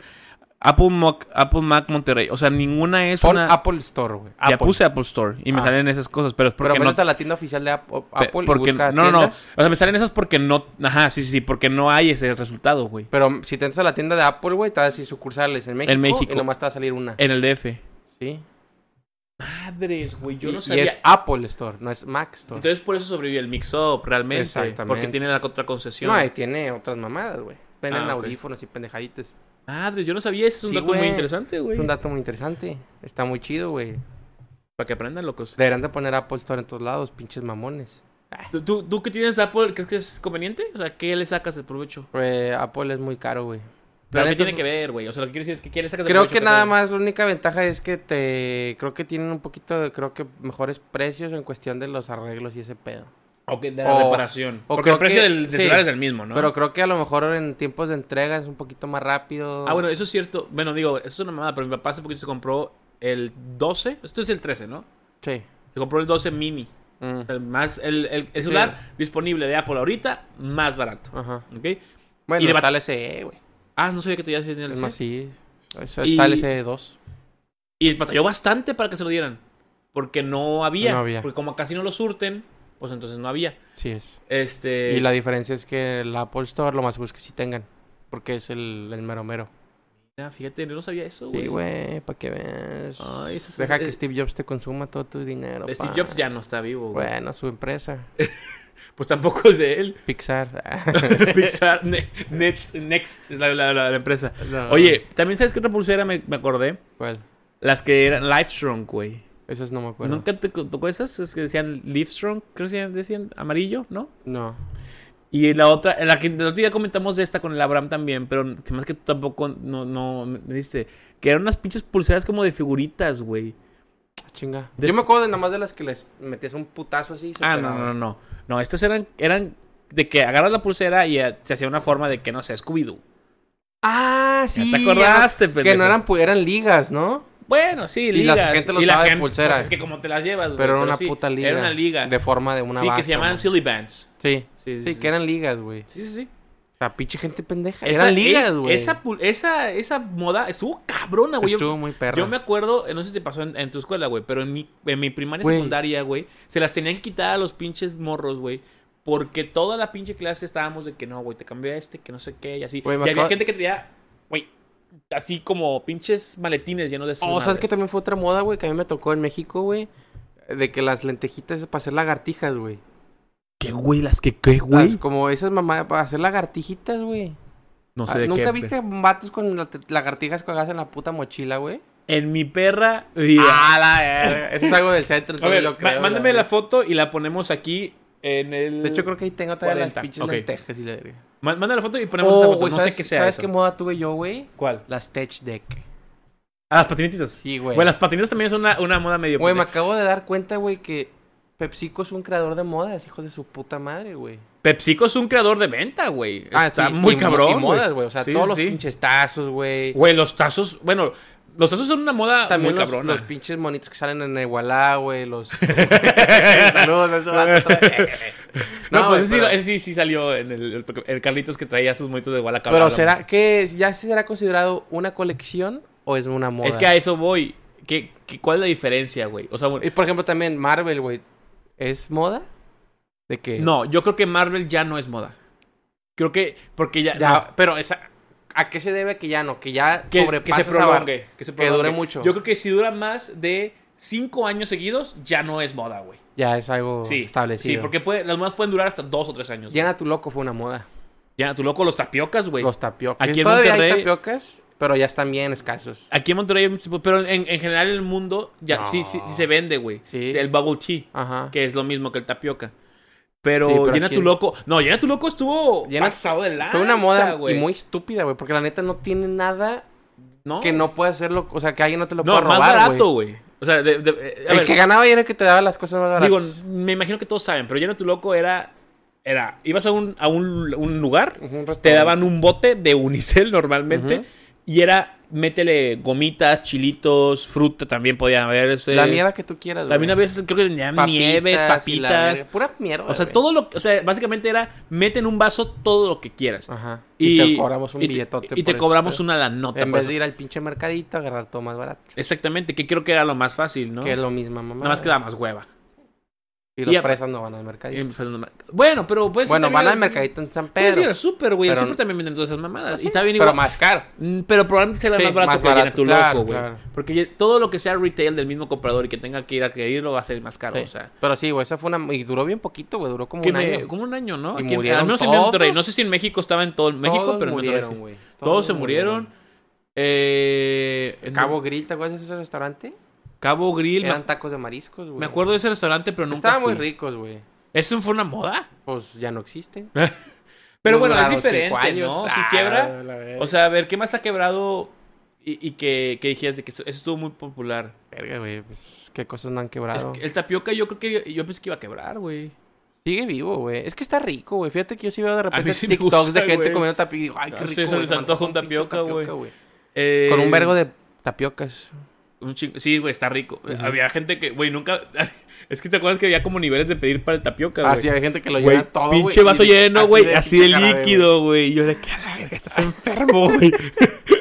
Apple Mac, Apple Mac Monterrey, o sea, ninguna es Pon una. Apple Store, güey. ya Apple. puse Apple Store y me Ah. salen esas cosas, pero es Pero porque no. métete a la tienda oficial de Ap- o- pe- Apple y porque, busca no, no, no. O tiendas. sea, me salen esas porque no. Ajá, sí, sí, sí, porque no hay ese resultado, güey. Pero si te entras a la tienda de Apple, güey, te va a decir sucursales en México. México. Eh, Y nomás te va a salir una. En el DF. Sí. Madres, güey, y, y es Apple Store, no es Mac Store. Entonces por eso sobrevivió el Mix Up, realmente. Exactamente. Porque tiene la otra concesión. no, y tiene otras mamadas, güey. Venden Ah, ok. audífonos y pendejaditas. Madres, yo no sabía, ese es un Sí, dato muy güey. interesante, güey. Es un dato muy interesante. Está muy chido, güey. Para que aprendan, locos. Deberían de poner Apple Store en todos lados, pinches mamones. Ah. ¿Tú- ¿Tú, tú que tienes Apple, crees que es conveniente? O sea, ¿qué le sacas de provecho? Güey, Apple es muy caro, güey. La Pero ¿qué neta tiene es- que ver, güey? O sea, lo que quiero decir es que ¿qué le sacas de Creo provecho que a nada pesar de- más la única ventaja es que te... Creo que tienen un poquito de... Creo que mejores precios en cuestión de los arreglos y ese pedo. O que de la o- reparación. o Porque creo el precio que- del, del sí. celular es el mismo, ¿no? Pero creo que a lo mejor en tiempos de entrega es un poquito más rápido. Ah, bueno, eso es cierto. Bueno, digo, eso es una mamada, pero mi papá hace poquito se compró el 12. Esto es el 13, ¿no? Sí. Se compró el 12 mini. Mm. El más, el, el- el celular disponible de Apple ahorita, más barato. Ajá. ¿Ok? Bueno, Y le va- está el SE, güey. Ah, no sabía que tú ya tenías el Es C. más, sí. Está Y- el SE2. Y batalló bastante para que se lo dieran. Porque no había. No había. Porque como casi no lo surten, pues entonces no había. Sí es. Este. Y la diferencia es que el Apple Store lo más seguro es que sí tengan. Porque es el, el mero mero. Ah, fíjate, yo no sabía eso, güey. Sí, güey, para que veas. Ay, eso es- Deja que eh, Steve Jobs te consuma todo tu dinero. Steve pa. Jobs ya no está vivo, güey. Bueno, su empresa. Pues tampoco es de él. Pixar. Pixar, Ne- Net- Next es la, la- la- la empresa. Ah. Oye, también sabes que otra pulsera me, me acordé. ¿Cuál? Las que eran Livestrong, güey. Esas no me acuerdo. ¿Nunca te co- tocó esas? Es que decían Livestrong, creo que decían amarillo, ¿no? No. Y la otra, la que el otro día comentamos de esta con el Abraham también, pero más que tú tampoco, no, no, me diste. Que eran unas pinches pulseras como de figuritas, güey. Ah, Chinga. De- Yo me acuerdo de nada más de las que les metías un putazo así. y se Ah, no, pegaba. no, no, no. No, estas eran, eran de que agarras la pulsera y eh, se hacía una forma de que, no sé, Scooby-Doo. Ah, Ya sí. te ya. acordaste, Que pendejo. no eran, pu- eran ligas, ¿no? Bueno, sí, la ligas. gente lo usaba de pulsera. pues, es que como te las llevas, güey. Pero era una sí, puta liga. Era una liga. De forma de una sí, que vaca, se llamaban güey. Silly Bands. Sí. Sí, Sí, sí, sí. que eran ligas, güey. Sí, sí, sí. La pinche gente pendeja. Esa- eran ligas, es- güey. Esa, pul- esa, esa moda estuvo cabrona, güey. Yo- Estuvo muy perra. Yo me acuerdo, eh, no sé si te pasó en, en tu escuela, güey, pero en mi, en mi primaria y Güey. secundaria, güey, se las tenían quitadas a los pinches morros, güey. Porque toda la pinche clase estábamos de que no, güey, te cambió a este, que no sé qué, y así. Güey, y me había acaba- gente que tenía, güey, así como pinches maletines llenos de esas Oh, ¿sabes madres. que también fue otra moda, güey? Que a mí me tocó en México, güey. De que las lentejitas para hacer lagartijas, güey. ¿Qué, güey? ¿Las que qué, Las- Como esas mamás para hacer lagartijitas, güey. No Ah, sé de ¿Nunca qué. viste vatos con la- lagartijas colgadas en la puta mochila, güey? En mi perra. y- Ah, la verga. Eso es algo del centro, a entonces ver, Pues lo creo. ma- mándame la verga. foto y la ponemos aquí en el. De hecho, creo que ahí tengo todavía 40, las pinches ok. lentejas y la verga. Ma- Manda la foto y ponemos esa Oh, foto. güey, no ¿sabes, sé qué sea. ¿sabes eso. qué moda tuve yo, güey? ¿Cuál? Ah, Las Tech Deck. A las patinetitas. Sí, güey. Güey, las patinetas también es una, una moda medio. Güey, me pendeja. acabo de dar cuenta, güey, que PepsiCo es un creador de modas, hijos de su puta madre, güey. PepsiCo es un creador de venta, güey. Ah, Está Ah, sí, muy y mo- cabrón. y güey. modas, güey. O sea, Sí, todos sí, los sí. pinches tazos, güey. Güey, los tazos. Bueno, los tazos son una moda También muy los, cabrona. los pinches monitos que salen en Igualá, güey. Los. Saludos a ese vato otra vez. no, pues No, güey, ese, sí, pero- ese sí, sí salió en el, el Carlitos que traía sus monitos de Guadalajara. Pero será que ya se será considerado una colección o es una moda? Es que a eso voy. ¿Qué, qué- cuál es la diferencia, güey? O sea, bueno, Y por ejemplo también Marvel, güey, ¿es moda? De que no, yo creo que Marvel ya no es moda. Creo que. Porque ya. ya, no, Ah, pero esa ¿a qué se debe que ya no, que ya que, que sobrepasa se esa barra? prolongue. Que se que dure prolongue. mucho. Yo creo que si dura más de cinco años seguidos, ya no es moda, güey. Ya es algo Sí. Oh, establecido. Sí, porque puede- las modas pueden durar hasta dos o tres años. Ya, Llena tu loco fue una moda. tu loco, los tapiocas, güey. Los tapiocas. Aquí en Todavía hay Monterrey- tapiocas, pero ya están bien escasos. Aquí en Monterrey hay muchos tipos, pero en, en general en el mundo ya No. sí, sí, sí se vende, güey. Sí. El bubble tea, Ajá. que es lo mismo que el tapioca. Pero, Sí, pero Llena aquí- tu loco. No, Llena tu loco estuvo Llena- pasado de lanza, Fue una moda y güey. muy estúpida, güey, porque la neta no tiene nada ¿No? que no pueda hacerlo, o sea, que alguien no te lo No, pueda más robar, barato, güey. güey. O sea, de- de- eh, a El ver, que ganaba ya era el que te daba las cosas más digo, baratas. me imagino que todos saben, pero Llena tu loco era era ibas a un, a un, un lugar, Ujú, un te restaurante. daban un bote de unicel normalmente Ujú. y era métele gomitas, chilitos, fruta también podía haber. La mierda que tú quieras, este, También a güey. veces creo que tenían Papitas nieves, y la papitas. verga. Pura mierda. O sea, güey. todo lo que, o sea, básicamente era, mete en un vaso todo lo que quieras. Ajá. Y, Y, te cobramos un y te- billetote. Y por te eso, cobramos pero- una la nota. En vez de ir al pinche mercadito a agarrar todo más barato. Exactamente, que creo que era lo más fácil, ¿no? Que es lo mismo, mamá. Nada más que da más hueva. Y y los a- fresas no van al Y mercadito. empezando mar- Bueno, pero puedes. ir Bueno, también van al mercadito en San Puedes ir Pedro. al súper, güey. Al pero- Ah, súper también venden todas esas mamadas. Sí, y está bien Pero igual. más caro. Mm, Pero probablemente sea Sí, más barato que más llena barato, tu claro, loco, güey. claro. Porque ye- todo lo que sea retail del mismo comprador y que tenga que ir a adquirirlo va a ser más caro. Sí. O sea, Pero sí, güey, esa fue una. Y duró bien poquito, güey. Duró como que un me- año. como un año, ¿no? Y Aquí en- murieron al menos en todos. Monterrey. No sé si en México estaba en todo México, Todos pero en Monterrey murieron, sí. güey. Todos, se murieron. Eh, en- Cabo Grill, ¿te acuerdas de ese restaurante? Cabo Grill. Me, Eran tacos de mariscos, güey. me acuerdo de ese restaurante, pero nunca Estaban fui. muy ricos, güey. ¿Eso fue una moda? Pues ya no existen. Pero bueno, es Duraron cinco diferente, años. ¿no? Si Ah, quiebra... la verga. O sea, a ver, ¿qué más ha quebrado y, y que, que dijeras de que eso eso estuvo muy popular? Verga, güey, pues, qué cosas no han Es quebrado. que el tapioca yo creo que... Yo pensé que iba a quebrar, güey. Sigue vivo, güey. Es que está rico, güey. Fíjate que yo sí veo de repente mí sí me TikToks gusta, de gente güey. comiendo tapioca. y digo, Ay, qué Ah, sí, rico. se güey, les me antoja un pinche tapioca, güey. Eh, Con un vergo de tapiocas. un chingo- Sí, güey, está rico. Ujú. Había gente que... Güey, nunca... Es que te acuerdas que había como niveles de pedir para el tapioca, güey. Ah, sí, hay gente que lo Güey, llena todo, güey. pinche y vaso dice, lleno, güey, así de pinche jarabe, líquido, güey. Y yo de que a la verga, estás enfermo, güey.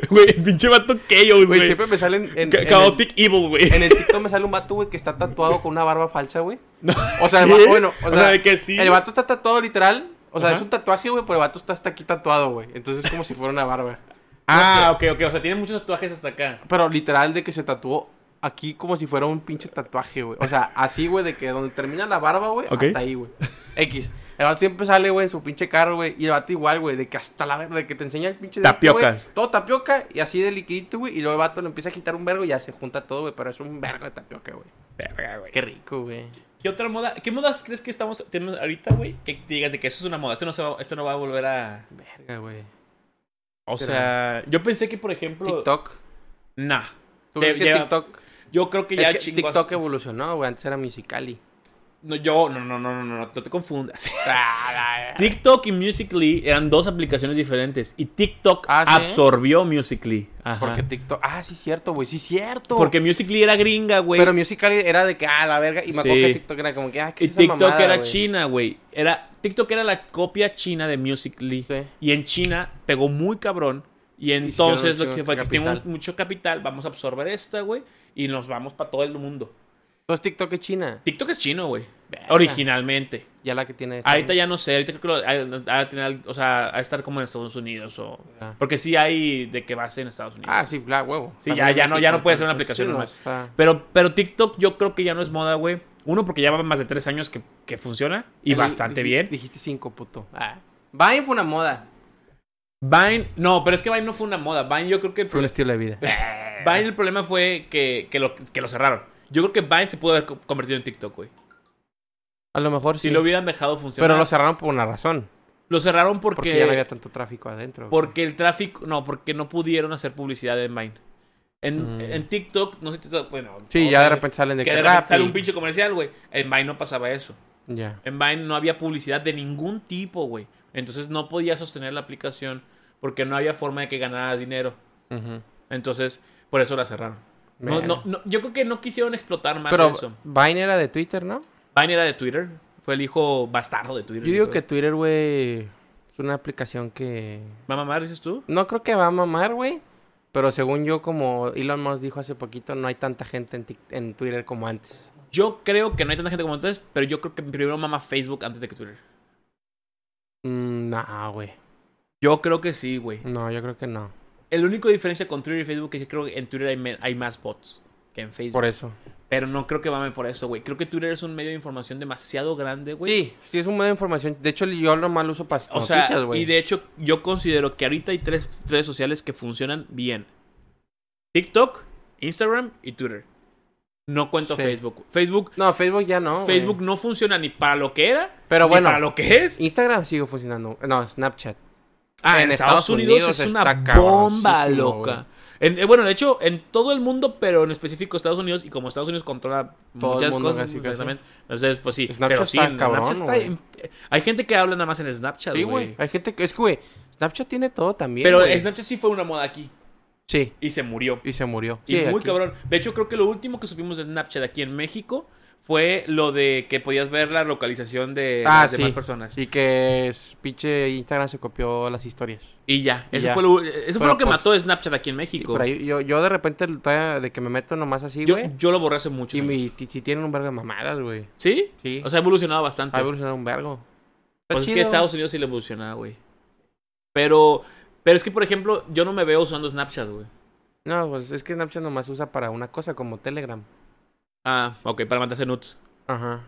Güey, pinche vato chaos, güey. Güey, güey. siempre me salen en, Ca- en Chaotic evil, güey. el, en el TikTok me sale un vato, güey, que está tatuado con una barba falsa, güey. No. O sea, el ¿Qué? vato, bueno, o sea, de que sí. el vato está tatuado literal. O sea, Ajá. es un tatuaje, güey, pero el vato está hasta aquí tatuado, güey. Entonces es como si fuera una barba. Ah, ok, ok. O sea, tiene muchos tatuajes hasta acá. Pero literal de que se tatuó aquí como si fuera un pinche tatuaje, güey. O sea, así, güey, de que donde termina la barba, güey, Ok. hasta ahí, güey. X. El vato siempre sale, güey, en su pinche carro, güey. Y el vato igual, güey, de que hasta la verga, de que te enseña el pinche... de este, güey. Tapiocas. todo tapioca y así de liquidito, güey. Y luego el vato le empieza a quitar un vergo y ya se junta todo, güey. Pero es un vergo de tapioca, güey. Verga, güey. Qué rico, güey. ¿Qué otra moda? ¿Qué modas crees que estamos tenemos ahorita, güey? Que digas de que eso es una moda. Esto no, se va, esto no va a volver a. Verga, güey. O Será. sea, yo pensé que, por ejemplo. TikTok. Nah. ¿Tú Te ves que lleva- TikTok... Yo creo que ya es que chingó a- TikTok evolucionó, güey. Antes era Musicali. No, yo, no, no, no, no, no, no, no te confundas. Ah, TikTok y Musically eran dos aplicaciones diferentes. Y TikTok Ah, ¿sí? absorbió Musically. Ajá. Porque TikTok... Ah, sí, cierto, güey. Sí, cierto. Porque Musically era gringa, güey. Pero Musical.ly era de que, ah, la verga. Y me acuerdo Sí. que TikTok era como que, ah, ¿qué Y es esa TikTok mamada, era güey? china, güey. Era, TikTok era la copia china de Musical.ly. Sí. Y en China pegó muy cabrón. Y hicieron entonces un lo que chingo fue de que tenemos capital. mucho capital, vamos a absorber esta, güey. Y nos vamos para todo el mundo. Entonces Pues TikTok es china. TikTok es chino, güey. Verga. Originalmente. Ya la que tiene. esta, Ahorita ¿no? ya no sé, ahorita creo que lo, a, tener, o sea, a estar como en Estados Unidos o... Ah. Porque sí hay de que base en Estados Unidos. Ah, sí, bla, huevo. Sí, También ya- es ya no- ya no mexicano, puede ser una entonces, aplicación sí, no, nomás. está- Pero, pero TikTok yo creo que ya no es moda, güey. Uno, porque ya va más de tres años que, que funciona y El- bastante dij- bien. Dijiste cinco, puto. Ah. Vine fue una moda. Vine, no, pero es que Vine no fue una moda. Vine yo creo que... el Fue problema- un estilo de vida. Vine el problema fue que, que, lo, que lo cerraron. Yo creo que Vine se pudo haber co- convertido en TikTok, güey. A lo mejor Si sí. lo hubieran dejado funcionar. pero lo cerraron por una razón. Lo cerraron porque, Porque ya no había tanto tráfico adentro. güey. porque el tráfico... No, porque no pudieron hacer publicidad en Vine. En, Mm. en TikTok, no sé, TikTok, bueno. Sí, o ya sea, de repente salen de Que de repente sale un pinche comercial, güey. En Vine no pasaba eso. Ya. En Vine no había publicidad de ningún tipo, güey. Entonces no podía sostener la aplicación porque no había forma de que ganaras dinero. Ujú. Entonces, por eso la cerraron. No, Bueno. no, no, yo creo que no quisieron explotar más Pero eso. Vine era de Twitter, ¿no? Vine era de Twitter. Fue el hijo bastardo de Twitter. Yo digo que creo. Twitter, güey, es una aplicación que... ¿Va a mamar, dices tú? No creo que va a mamar, güey. Pero según yo, como Elon Musk dijo hace poquito, no hay tanta gente en, Tik- en Twitter como antes. Yo creo que no hay tanta gente como antes, pero yo creo que primero mama Facebook antes de que Twitter. Mm, nah, güey. Yo creo que sí, güey. No, yo creo que no. El único diferencia con Twitter y Facebook es que creo que en Twitter hay, me- hay más bots que en Facebook. Por e- eso. Pero no creo que mame por eso, güey. Creo que Twitter es un medio de información demasiado grande, güey. Sí, sí es un medio de información. De hecho, yo lo mal uso para O noticias, sea, güey. y de hecho, yo considero que ahorita hay tres redes sociales que funcionan bien: TikTok, Instagram y Twitter. No cuento Sí. Facebook. Facebook, No, Facebook ya no. güey. Facebook no funciona ni para lo que era, Pero ni bueno. para lo que es. Instagram sigue funcionando. No, Snapchat. Ah, en, en Estados, Estados Unidos, Unidos es está una bomba cabroncísimo, loca. En- eh, bueno, de hecho, en todo el mundo, pero en específico Estados Unidos, y como Estados Unidos controla Todo el muchas mundo cosas, casi, casi. exactamente. Entonces, pues sí. Snapchat pero sí, está en cabrón, Snapchat güey. imp- Hay gente que habla nada más en Snapchat, Sí, güey. güey. Hay gente que... Es que, güey, Snapchat tiene todo también, pero güey. Snapchat sí fue una moda aquí Sí, y se murió. y se murió. Y Sí, muy aquí. cabrón. De hecho, creo que lo último que supimos de Snapchat aquí en México fue lo de que podías ver la localización de Ah, las sí. demás personas. Así que es- pinche Instagram se copió las historias. Y ya. Y Eso ya. fue lo, eh, eso fue Pero, lo que pues, mató Snapchat aquí en México. Por ahí, yo, yo de repente todavía de que me meto nomás así, yo, güey. yo lo borré hace mucho. Y mi- ti- si tienen un vergo de mamadas, güey. ¿Sí? Sí. O sea, ha evolucionado bastante. ha evolucionado un vergo. Está pues es que chido. Estados Unidos sí le evoluciona, güey. Pero, pero es que, por ejemplo, yo no me veo usando Snapchat, güey. No, pues es que Snapchat nomás se usa para una cosa como Telegram. Ah, ok, para mandarse nuts. Ajá.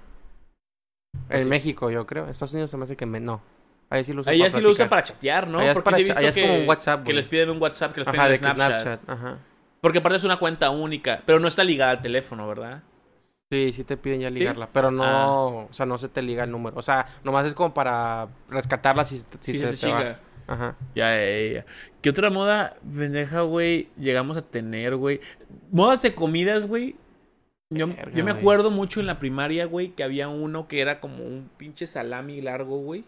En Pues sí. México, yo creo. En Estados Unidos se me hace que me... no. Ahí sí lo usan Ahí ya sí lo usan platicar. para chatear, ¿no? Allá es Porque para sí he cha- visto allá es que, como un WhatsApp, que güey. les piden un WhatsApp, que les piden Ajá, de que Snapchat. Snapchat. Ajá. Porque aparte es una cuenta única, pero no está ligada al teléfono, ¿verdad? Sí, sí te piden ya ligarla, pero no, Ah. o sea, no se te liga el número. O sea, nomás es como para rescatarla si, te- si Sí, te, se, te va. chinga. Ajá. Ya, ya, ya. ¿Qué otra moda pendeja, güey, llegamos a tener, güey? Modas de comidas, güey. Yo, Verga, yo me güey. acuerdo mucho en la primaria, güey, que había uno que era como un pinche salami largo, güey.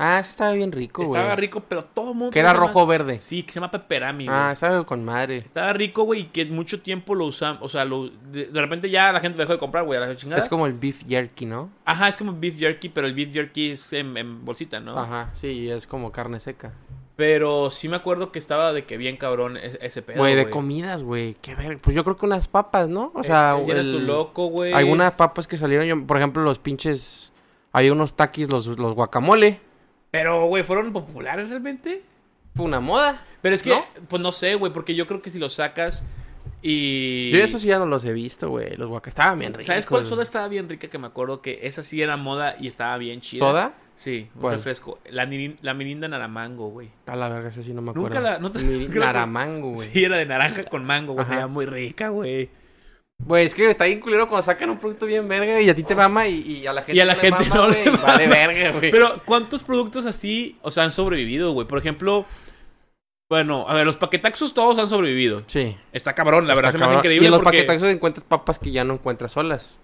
Ah, ese estaba bien rico, güey. Estaba rico, pero todo mundo. Que era lo llama- rojo o verde. Sí, que se llama pepperami, güey. Ah, estaba con madre. Estaba rico, güey, y que mucho tiempo lo usamos. O sea, lo- de, de repente ya la gente dejó de comprar, güey, a la chingada. Es como el beef jerky, ¿no? Ajá, es como beef jerky, pero el beef jerky es en, en bolsita, ¿no? Ajá, sí, es como carne seca. Pero sí me acuerdo que estaba de que bien cabrón e- ese pedo. Güey, de comidas, güey. Qué ver. Pues yo creo que unas papas, ¿no? O sea, Eh, llena tu el- loco, güey. algunas papas que salieron, yo- por ejemplo, los pinches había unos taquis, los los guacamole. Pero, güey, ¿fueron populares realmente? Fue una moda. Pero es que, ¿No? pues no sé, güey, porque yo creo que si lo sacas y... Yo esos sí ya no los he visto, güey. Los guacamole estaban bien ricos. ¿Sabes cuál soda estaba bien rica? Que me acuerdo que esa sí era moda y estaba bien chida. ¿Soda? Sí, un ¿Cuál? refresco. La, mirin- la mirinda naramango, güey. A la verga, ese sí no me acuerdo. Nunca la- no te- Mi- creo que- Naramango, güey. Sí, era de naranja con mango, güey. Ajá. Estaba muy rica, güey. Güey, es que está bien culero cuando sacan un producto bien verga y a ti te mama y, y a la gente a la no gente le mama, no le güey. mama. Vale verga, güey. Pero, ¿cuántos productos así, o sea, han sobrevivido, güey? Por ejemplo, bueno, a ver, los paquetaxos todos han sobrevivido. Sí. Está cabrón, la verdad, está se me hace cabrón. increíble Y en los porque... paquetazos encuentras papas que ya no encuentras solas.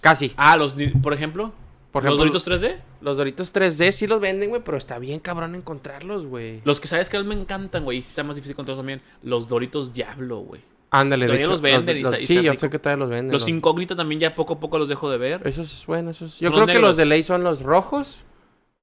Casi. Ah, los, ni- por ejemplo, Por los ejemplo, Doritos 3D. los Doritos 3D sí los venden, güey, pero está bien cabrón encontrarlos, güey. Los que sabes que a mí me encantan, güey, y sí está más difícil encontrarlos también. Los Doritos Diablo, güey. Ándale, de todavía hecho, los venden y está- y Sí, está yo rico. sé que todavía los Eh, venden. Los Incógnita también ya poco a poco los dejo de ver. Esos, bueno, esos. Yo Los creo que negros. los de ley son los rojos,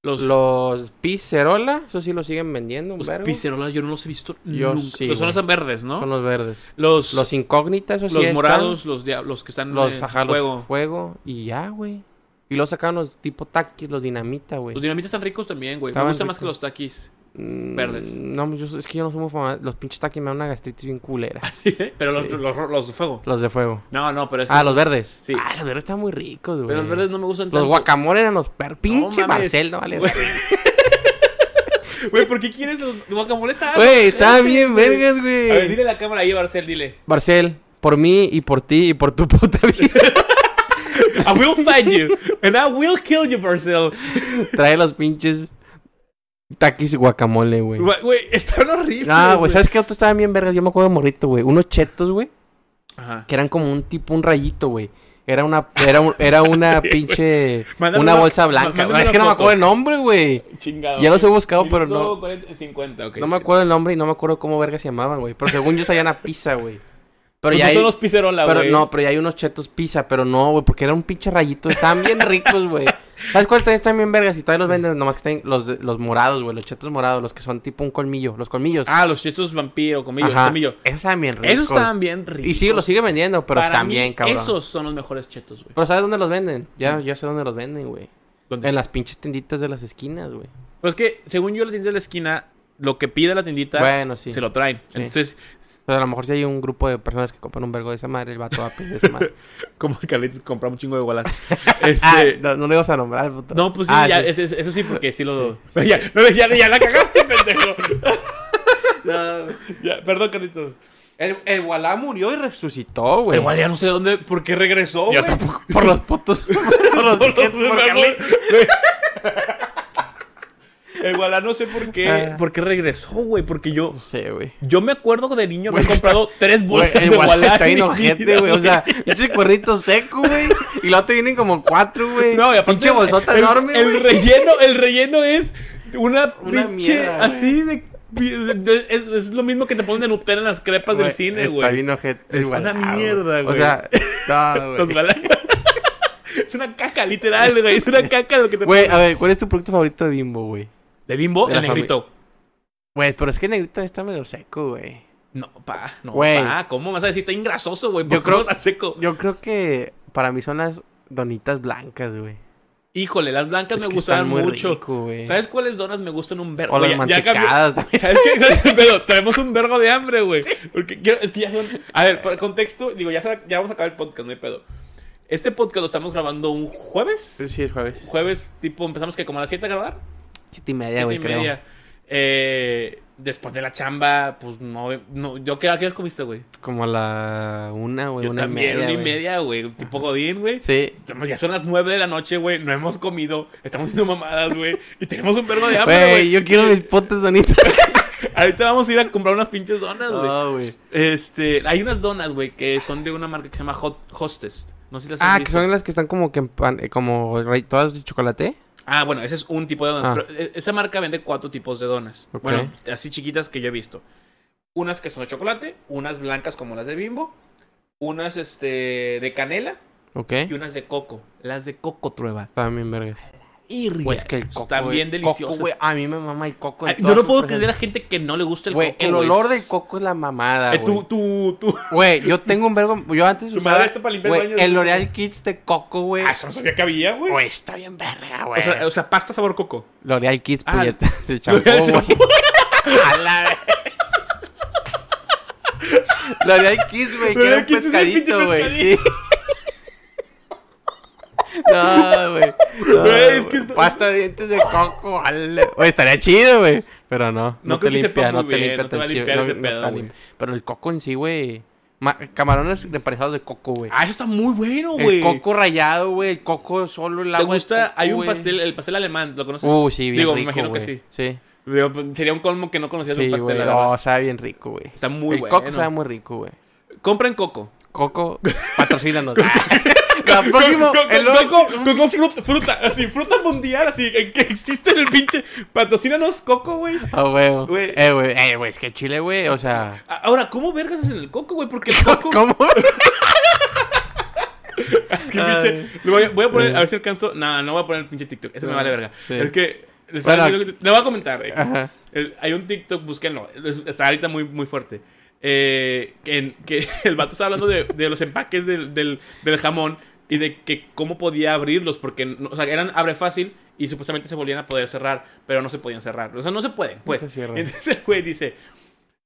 Los, los, los, Pizzerola, esos sí los siguen vendiendo, un vergo. pizzerolas yo no los he visto Yo nunca. sí, Los son güey. los verdes, ¿no? Son los verdes. los, Los los, incógnitas, esos sí están. morados, los, dia- los que están Los eh, ajá, los fuego. fuego. y ya, güey. Y luego sacaron los tipo taquis, los dinamita, güey. Los dinamitas están ricos también, güey. Me Estaban gustan más que ricos. los taquis. Mm, verdes. No, yo- es que yo no soy muy fan. Los pinches taquis me dan una gastritis bien culera. pero los, Sí. los, los de fuego. los de fuego. No, no, pero es que- Ah, los verdes. Sí. Ah, los verdes están muy ricos, güey. pero los verdes no me gustan Los tanto. guacamole eran los per... Pinche mames. Marcel, no vale. Güey. Güey, ¿por qué quieres los guacamoles? Estaban- Güey, estaban Este, bien güey. vergas, A ver, güey. dile a la cámara ahí, Barcel, dile. Marcel, por mí y por ti y por tu puta vida. I will find you and I will kill you, Barcel. Trae los pinches Takis guacamole, güey. Güey, güey, están horribles. Ah, güey, ¿sabes qué otros estaban bien vergas? Yo me acuerdo de morrito, güey. Unos chetos, güey, Ajá. que eran como un tipo, un rayito, güey. Era una, era, un- era una pinche, Mándame una una- bolsa má- blanca. mándame Es una que no foto. me Ah, acuerdo el nombre, güey. Chingado. Ya los he buscado, pero no- Minuto 40, 50, ok. No me acuerdo el nombre y no me acuerdo cómo verga se llamaban, güey. Pero según yo salían a pizza, güey. Pero Pues ya no hay... son los pizzerola, Pero güey. no, pero ya hay unos chetos pizza, pero no, güey, porque era un pinche rayito. Estaban bien ricos, güey. ¿Sabes cuáles también están bien vergas? Y todavía los venden, nomás que están los, de- los morados, güey, los chetos morados, los que son tipo un colmillo, los colmillos. Ah, los chetos vampiro, comillos, Ajá. comillos. Esos estaban bien ricos. Esos estaban bien ricos. Y sí, los sigue vendiendo, pero Para están mí, bien, cabrón. Esos son los mejores chetos, güey. Pero ¿sabes dónde los venden? Mm. Ya, ya sé dónde los venden, güey. ¿Dónde? En las pinches tienditas de las esquinas, güey. Pues que, según yo, la tienda de la esquina, lo que pide la tiendita, Bueno, sí. se lo traen. Entonces, Pero a lo mejor si hay un grupo de personas que compran un vergo de esa madre, el vato va a pedir esa madre. como el Carlitos compra un chingo de bolas. Ah, este. no, no le ibas a nombrar, puto. No, pues sí, Ah, ya, sí. ese- ese- eso sí, porque sí lo. Sí, Ya, no, ya, ya la cagaste, pendejo. No, Ya, perdón, Carlitos. el, el Walá murió y resucitó, güey. Igual ya no sé dónde, por qué regresó, güey. Yo tampoco. Por los putos. por los Por tickets, por Carlitos. El Walá no sé por qué, Ah. por qué regresó, güey, porque yo, No sé, güey. yo me acuerdo de niño haber Güey, comprado tres Güey, bolsas el de Walá Walá. está bien en mi vida, ojete, güey. O sea, pinche cuerrito seco, güey. Y luego te vienen como cuatro, güey. No, y aparte Pinche bolsota el- enorme, El güey. relleno, el relleno es una, Una pinche mierda, güey. así de, de- es, es lo mismo que te ponen de Nutella en las crepas del Güey, cine, Está güey. bien ojete. Es el Walá, una mierda, O güey. sea, no, Los güey. Walá- Es una caca, literal, güey. Es una caca lo que te Güey, ponen. a ver, ¿cuál es tu producto favorito de Bimbo, güey? De bimbo, de el la fami- negrito. Güey, pero es que el negrito está medio seco, güey. No, pa, no, Güey. pa. ¿Cómo vas a decir? Está ingrasoso, güey. Yo Yo creo creo- está seco. Yo creo que para mí son las donitas blancas, güey. Híjole, las blancas Es me que gustaban están muy mucho. rico, güey. ¿Sabes cuáles donas me gustan un vergo? O las Güey, ya- ya cambió- mantecadas. güey. ¿Sabes qué? ¿Sabes qué pedo? Tenemos un vergo de hambre, güey. Porque quiero- es que ya son. A ver, para contexto, digo, ya, se- ya vamos a acabar el podcast, no hay pedo. Este podcast lo estamos grabando un jueves. Sí, es jueves. Jueves, tipo, empezamos que como a las 7 a grabar. Siete y media, Siete güey, y creo. media. Eh, después de la chamba, pues no. no yo qué, ¿a qué hora comiste, güey. Como a la una, güey. Yo Pues Una también, y media. una y güey. media, güey. Tipo Godín, güey. Sí. Estamos- Ya son las 9 de la noche, güey. No hemos comido. Estamos haciendo mamadas, güey. Y tenemos un vergo de hambre, Güey, güey. yo quiero mis potes donitas. Ahorita vamos a ir a comprar unas pinches donas, güey. No, güey. Este, hay unas donas, güey, que son de una marca que se llama Hot Hostess. No sé si las has Ah, que visto. son las que están como que en pan, eh, como re- todas de chocolate. Ah, bueno, ese es un tipo de donas. Ah. Pero eh, esa marca vende cuatro tipos de donas. Ok. Bueno, así chiquitas que yo he visto. Unas que son de chocolate, unas blancas como las de Bimbo, unas este de canela Ok. y unas de coco. Las de coco trueba. También vergas. Y Güey, es Pues que el coco. Están güey. bien Coco, deliciosas. güey, a mí me mama el coco. en Ay, yo todas no sus puedo creer a la presentaciones. gente que no le gusta el Güey, coco. el güey. olor del coco es la mamada, Eh, güey. tú, tú, tú. Güey, yo tengo un vergo. Yo antes Tu usaba madre está para limpiar güey, baños. el L'Oreal Kids de coco, güey. Ah, eso no sabía que había, güey. Güey, está bien verga, O güey. sea, o sea, pasta sabor coco. L'Oreal Kids Ah, puñeta. Se champú, L'Oreal güey. A la ver- L'Oreal Kids, güey, que era L'Oreal un Kids es el pinche pescadito, güey. Sí. No, güey. No, Güey, es que güey. esto- Pasta de dientes de coco, ala. Güey, estaría chido, güey. Pero no, no, No te creo que sepa limpia, muy no te bien, limpia no te va tan a chido. limpiar ese no pedo, tan güey. lim- Pero el coco en sí, güey. ma- Camarones de parejados de coco, güey. Ah, eso está muy bueno, güey. El coco rayado, güey. El coco solo, el ¿Te agua. de gusta? coco, Hay un güey. pastel, el pastel alemán, ¿lo conoces? Uh, sí, bien Digo, rico, me imagino que güey. sí. Sí, Digo, pues, sería un colmo que no conocías un sí, pastel, güey. la verdad. No, sabe bien rico, güey. Está muy el bueno. coco sabe muy rico, güey. Compren coco. Coco, patrocínanos. La próxima, Co- co- el coco, logo- coco, fruta, fruta, así, fruta mundial, así, en que existe en el pinche. Patrocínanos coco, güey. Ah, güey. Güey. Eh, güey, eh, güey, es que Chile, güey, o sea... A- Ahora, ¿cómo vergas hacen el coco, güey? Porque el coco. ¿Cómo? Es que pinche. le Voy, a- voy a poner, a ver si alcanzo. No, no voy a poner el pinche TikTok. Eso me vale verga. Mm. Sí. Es que. les estaba Bueno, diciendo que- le voy a comentar. eh. Ajá. El- hay un TikTok, búsquenlo. es- Está ahorita muy, muy fuerte. Eh, que, en- que el vato está hablando de, de los empaques del, del, del jamón y de que cómo podía abrirlos. Porque no- o sea, eran abre fácil y supuestamente se volvían a poder cerrar, pero no se podían cerrar. O sea, no se pueden, pues. se cierran. Entonces el güey dice: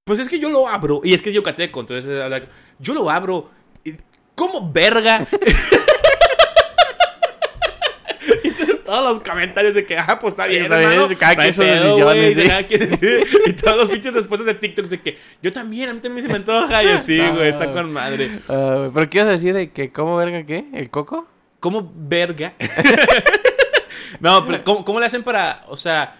Pues es que yo lo abro. Y es que es yucateco. Entonces habla- yo lo abro. y- ¿Cómo verga? Entonces todos los comentarios de que, ah, pues está bien, Está bien, hermano, cada no quien hay sus pedo, decisiones, güey, sí. cada quien decide. Y todas las pinches respuestas de TikTok de que, yo también, a mí también se me antoja. Y así, No. güey, está con madre. Ah, güey, ¿Pero qué ibas a decir de que cómo verga qué? ¿El coco? ¿Cómo verga? no, pero ¿cómo, cómo le hacen para, o sea,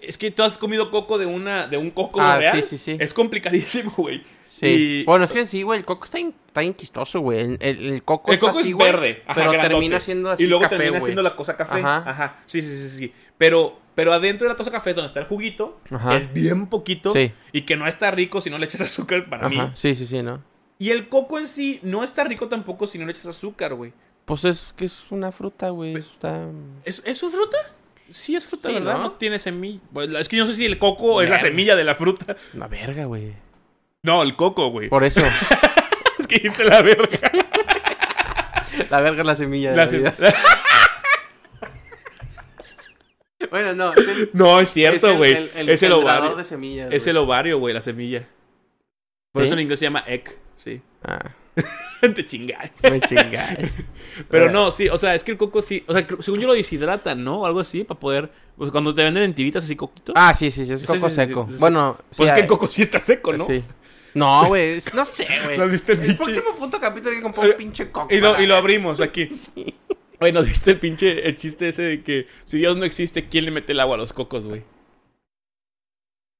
Es que tú has comido coco de una de un coco Ah, real. sí, sí, sí. Es complicadísimo, güey. Sí. Y- Bueno, es que en sí, güey, el coco está bien, está bien quistoso, güey. El, el- el coco El está coco así, es güey, verde, ajá, pero grandote. termina siendo así Y luego café, termina güey. siendo la cosa café. Ajá. Ajá. Sí, sí, sí, sí, sí. Pero, pero adentro de la taza café, donde está el juguito, Ajá. es bien poquito. Sí. Y que no está rico si no le echas azúcar para mí. Ajá. Sí, sí, sí, ¿no? Y el coco en sí no está rico tampoco si no le echas azúcar, güey. Pues es que es una fruta, güey. Pues Está... ¿Es, ¿Es su fruta? Sí, es fruta, Sí, ¿verdad? ¿no? No, tiene semilla. Pues, la- es que yo no sé si el coco es la Verga. semilla de la fruta. Una verga, güey. No, el coco, güey. Por eso. Es que dijiste la verga. la verga es la semilla de la, La se- vida. Bueno, no. Es el, no, es es cierto, el- güey. el- el es el generador ovario. de semillas, Es güey. el ovario, güey, la semilla. Por ¿Sí? eso en inglés se llama egg, sí. Ah, Te chingas. me chingas. Pero no, sí, o sea, es que el coco sí. O sea, creo- según yo lo deshidratan, ¿no? Algo así, para poder. o sea, cuando te venden en tiritas así coquito. Ah, sí, sí, sí, es Sí, coco sí, sí, seco. sí, sí. Bueno, sí, pues es que el ah, coco sí está seco, ¿no? sí. No, güey, es- no sé, ¿Lo güey. viste el El pinche? próximo puto capítulo que comprar un Eh, pinche coco. Y lo, la- y lo abrimos aquí. Güey, nos viste el pinche el chiste ese de que si Dios no existe, ¿quién le mete el agua a los cocos, güey?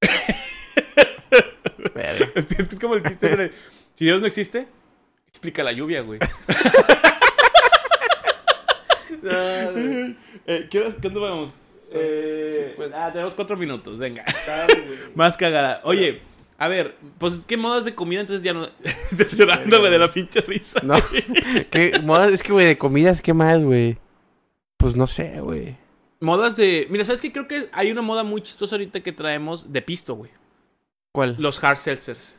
Verga. Es, que Este, es como el chiste ese de, si Dios no existe, explica la lluvia, güey. No, güey. Eh, ¿qué horas- ¿Cuánto vamos? Eh, cincuenta. ah, tenemos cuatro minutos, venga. Tarde, güey. Más cagada. Oye, a ver, pues qué modas de comida entonces ya no. Estoy llorando, güey, de la pinche risa. No. ¿Qué? Modas- Es que, güey, de comidas, ¿qué más, güey? Pues no sé, güey. Modas de. Mira, ¿sabes qué? Creo que hay una moda muy chistosa ahorita que traemos de pisto, güey. ¿Cuál? Los hard seltzers.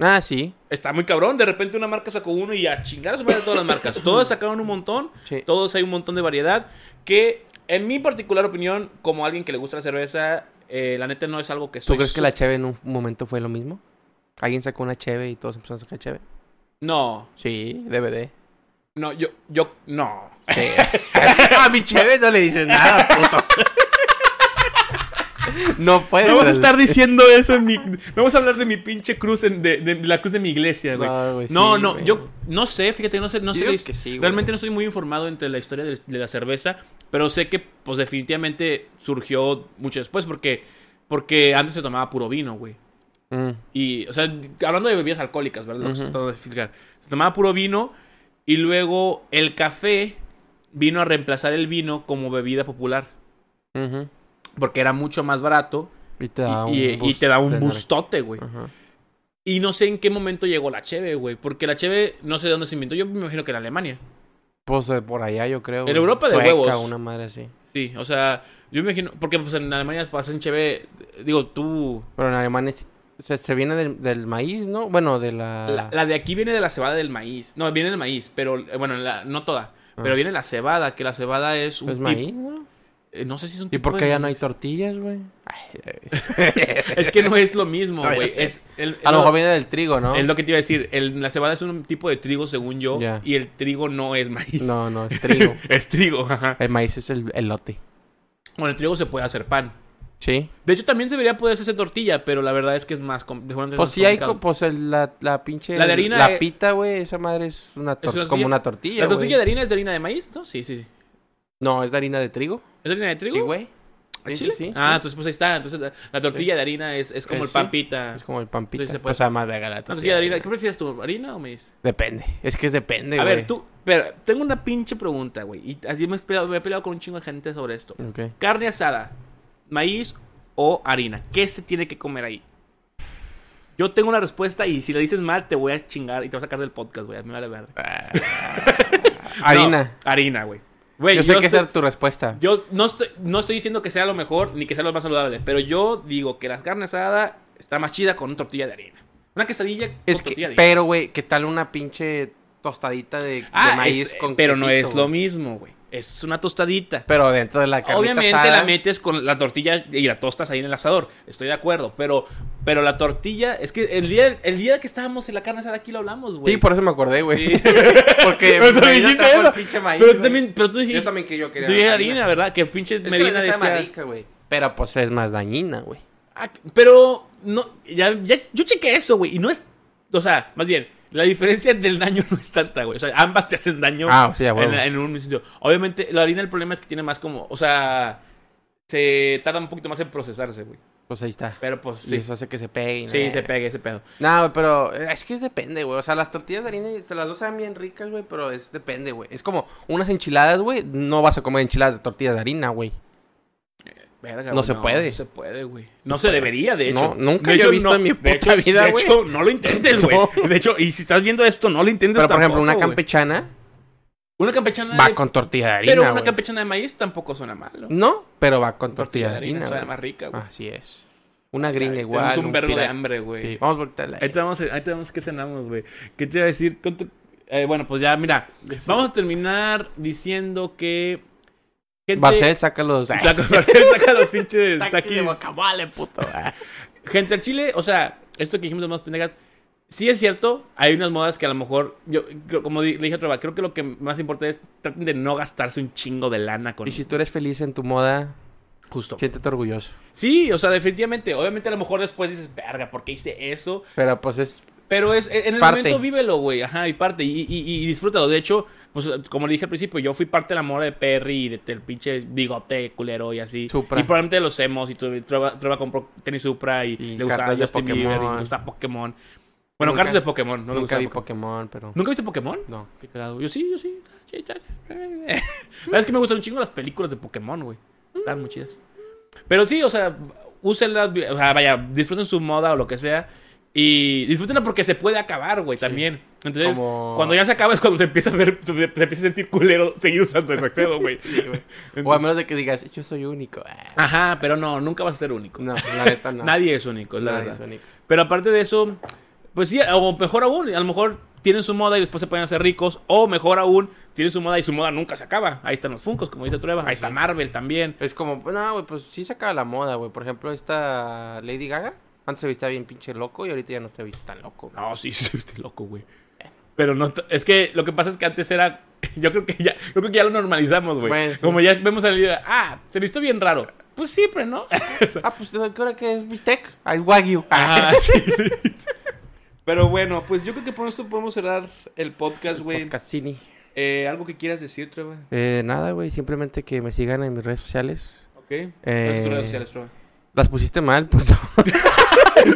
Ah, sí. Está muy cabrón. De repente una marca sacó uno y a chingar a su madre todas las marcas. Todas sacaron un montón. Sí. Todos hay un montón de variedad. Que, en mi particular opinión, como alguien que le gusta la cerveza, eh, la neta no es algo que ¿Tú estoy crees que su- la cheve en un momento fue lo mismo? ¿Alguien sacó una cheve y todos empezaron a sacar cheve? No, Sí, DVD. no, yo, yo, no. Sí. a mi cheve no le dices nada, puto. No puedes. No vas a estar diciendo eso en mi. No vamos a hablar de mi pinche cruz, en- de, de la cruz de mi iglesia, güey. No, güey, No, sí, no, güey. yo no sé, fíjate, no sé, no Yo sé. digo la his- que sí, güey. realmente no soy muy informado entre la historia de, de la cerveza, pero sé que, pues, definitivamente surgió mucho después porque, porque antes se tomaba puro vino, güey. Mm, Y, o sea, hablando de bebidas alcohólicas, ¿verdad? Lo que estoy Ujú. tratando de explicar. Se tomaba puro vino y luego el café vino a reemplazar el vino como bebida popular ujú. porque era mucho más barato Y te y, da un y- y boost te da de un energía. Ah. bustote, güey. Ajá. Y no sé en qué momento llegó la cheve, güey. Porque la cheve, no sé de dónde se inventó. Yo me imagino que en Alemania. Pues eh, por allá yo creo. En güey. Europa de Sueca, huevos. una madre así. Sí, o sea, yo me imagino. Porque pues en Alemania pasan cheve. Digo, tú. Pero en Alemania es- se, se viene del, del maíz, ¿no? Bueno, de la... La, la de aquí viene de la cebada del maíz. No, viene del maíz, pero eh, bueno, la- no toda. Pero Ah. viene la cebada, que la cebada es un pues tip- maíz, ¿no? eh, no sé si es un ¿Y tipo por de qué ya no hay maíz. tortillas, güey? Ay, ay. Es que no es lo mismo, No, ya güey. sé. es el- A lo no, mejor viene del trigo, ¿no? Es lo que te iba a decir. El- la cebada es un tipo de trigo, según yo. Ya. Y el trigo no es maíz. No, no, es trigo. Es trigo, ajá. El maíz es el elote. Con el trigo se puede hacer pan. Sí. De hecho, también debería poder hacerse tortilla, pero la verdad es que es más, com- de seguramente es Pues más sí hay, co- complicado. pues el- la, la pinche... La de harina La es- pita, güey, esa madre es una tor- Es una como tortilla. una tortilla, ¿La tortilla güey. de harina es de harina de maíz? ¿No? Sí, sí. sí. No, es de harina de trigo. ¿Es de harina de trigo? Sí, güey. ¿A Sí, sí, Chile? sí, ah, sí. entonces pues ahí está. Entonces la, la tortilla de harina es, es como Eh, el sí. pan pita. Es como el pan Sí, pita. se puede. Pues además de la La tortilla de harina. güey. ¿Qué prefieres tú, harina o maíz? Depende. Es que es depende, A güey. ver, tú, pero tengo una pinche pregunta, güey. Y así me he, peleado, me he peleado con un chingo de gente sobre esto. Ok. Carne asada, maíz o harina. ¿Qué se tiene que comer ahí? Yo tengo una respuesta y si la dices mal te voy a chingar y te voy a sacar del podcast, güey. A mí me vale verga. Harina. No, harina, güey. Güey, yo sé estoy- que esa es tu respuesta. Yo no estoy, no estoy diciendo que sea lo mejor ni que sea lo más saludable, pero yo digo que la carne asada está más chida con tortilla de harina. Una quesadilla con es tortilla que, de harina. pero, güey, ¿qué tal una pinche tostadita de, de Ah, maíz es- con pero no quesito, es lo güey? mismo, güey. Es una tostadita. Pero dentro de la carnita Obviamente asada, la metes con la tortilla y la tostas ahí en el asador. Estoy de acuerdo, pero, pero la tortilla... Es que el día, el día que estábamos en la carne asada aquí lo hablamos, güey. Sí, por eso me acordé, güey. Sí. Porque Pero tú me dijiste trajo el eso. pinche maíz, pero tú güey. también... Pero tú dijiste... Yo también que yo quería Tú dijiste harina, ¿verdad? Que pinches Es Medina que la decía... harina rica, güey. Pero pues es más dañina, güey. Ah, pero no, ya, ya- yo chequé eso, güey, y no es, o sea, más bien, la diferencia del daño no es tanta, güey. O sea, ambas te hacen daño Ah, sí, a huevo. en, en un mismo sitio. Obviamente, la harina el problema es que tiene más como, o sea, se tarda un poquito más en procesarse, güey. Pues ahí está. Pero pues Y sí. eso hace que se peguen. Sí, eh. se pegue ese pedo. No, güey, pero eh, es que es depende, güey. O sea, las tortillas de harina, y- las dos saben bien ricas, güey, pero es depende, güey. Es como unas enchiladas, güey. No vas a comer enchiladas de tortillas de harina, güey. Verga, No güey, se puede. No se puede, güey. No se debería, de hecho. No, nunca De yo he hecho, visto en mi de puta hecho- vida, De güey. hecho, no lo intentes, güey. No. De hecho, y si estás viendo esto, no lo intentes Pero, por ejemplo, tampoco, una güey. campechana Una campechana va de- con tortilla de harina, Pero una güey. campechana de maíz tampoco suena mal, ¿no? No, pero va con Tortilla de harina, güey. sabe más rica, güey. Así es. Una gringa Ay, igual. Tenemos un un verbo de pira- hambre, güey. Sí, vamos a voltear la- Ahí te vamos, ahí te vamos que cenamos, güey. ¿Qué te iba a decir? ¿Cuánto- eh, bueno, pues ya, mira. Vamos a terminar diciendo que... gente- Barcel, saca los. Saca, Barcel, saca los pinches Taquis de Ah, taquis. guacamole, puto. Gente, al chile, o sea, esto que dijimos de más pendejas, sí es cierto, hay unas modas que a lo mejor, yo, creo- como di- le dije a Trova, creo que lo que más importa es traten de no gastarse un chingo de lana con Y si tú eres feliz en tu moda, justo. Sí. siéntete orgulloso. o sea, definitivamente, obviamente a lo mejor después dices, verga, ¿por qué hice eso? Pero pues es. Pero es, e, en el Parte. momento vívelo, güey, ajá, y parte, y, y, y disfrútalo. De hecho, pues como le dije al principio, yo fui parte de la moda de Perry y de- del pinche bigote culero y así. Supra. Y probablemente de los emos, y tu- Trova, Trova compró tenis Supra y, Y le gustaba cartas de Justin Bieber y Pokémon. le gustaba Pokémon. Bueno, Nunca- cartas de Pokémon, no le nunca gustaba vi Pokémon. Pokémon, pero. ¿Nunca viste Pokémon? No. Qué cagado. Yo sí, yo sí. Sí, ya, ya. La verdad es que me gustan un chingo las películas de Pokémon, güey. Están muy chidas. Pero sí, o sea, úsenlas, vi- o sea, vaya, disfruten su moda o lo que sea. Y disfrútenla porque se puede acabar, güey, también. Entonces, Como- cuando ya se acaba es cuando se empieza a ver, se, se empieza a sentir culero seguir usando ese pedo, güey. O a menos de que digas, yo soy único. Ah. Ajá, pero no, nunca vas a ser único. No, la neta no. Nadie es único, es la Nadie verdad. es único. Pero aparte de eso, pues sí, o mejor aún, a lo mejor tienen su moda y después se pueden hacer ricos, o mejor aún, tienen su moda y su moda nunca se acaba. Ahí están los Funkos, como dice Trueba, ahí está Marvel también. Es como, pues, no, güey, pues sí se acaba la moda, güey. Por ejemplo, esta Lady Gaga. Antes se vistía bien pinche loco y ahorita ya no se viste tan loco. No, sí, sí, estoy loco, güey. Eh. Pero no, está- es que lo que pasa es que antes era, yo creo que ya, yo creo que ya lo normalizamos, güey. Bueno, sí. Como ya vemos al video, ah, se visto bien raro. Pues siempre, ¿no? O sea, Ah, pues ¿de qué hora que es bistec? Ah, es wagyu. ah, sí. Pero bueno, pues yo creo que por esto podemos cerrar el podcast, güey. Podcastini. Eh, algo que quieras decir, Trova. Eh, nada, güey. Simplemente que me sigan en mis redes sociales. Ok. ¿Cuáles Eh, son tus redes sociales, Trova? Las pusiste mal, Pues, puto.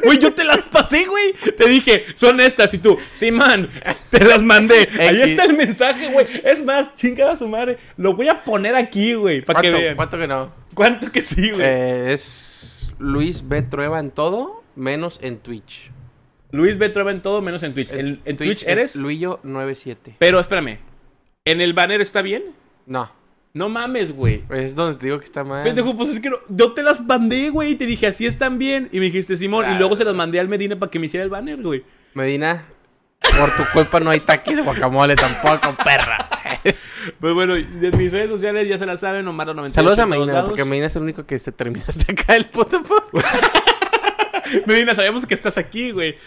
Güey, yo te las pasé, güey. Te dije, son estas. Y tú, sí, man, te las mandé. Ahí X. está el mensaje, güey. Es más, chingada su madre. Lo voy a poner aquí, güey, para que ¿Cuánto, vean. cuánto que no? ¿Cuánto que sí, güey? Eh, es Luis B. Trueba en todo, menos en Twitch. Luis B. Trueba en todo menos en Twitch. En, en Twitch, es eres. Luillo97. Pero espérame. ¿En el banner está bien? No, No mames, güey. es donde te digo que está mal. Pendejo, pues es que no- yo te las mandé, güey. Y te dije, así están bien. Y me dijiste, Simón. Ah. Y luego se las mandé al Medina para que me hiciera el banner, güey. Medina, por tu culpa no hay taquis de guacamole tampoco, perra. Pues bueno, de mis redes sociales ya se las saben. Omar98. Saludos a en todos Medina, lados. Pues porque Medina es el único que se termina hasta acá el puto podcast. Medina, sabemos que estás aquí, güey.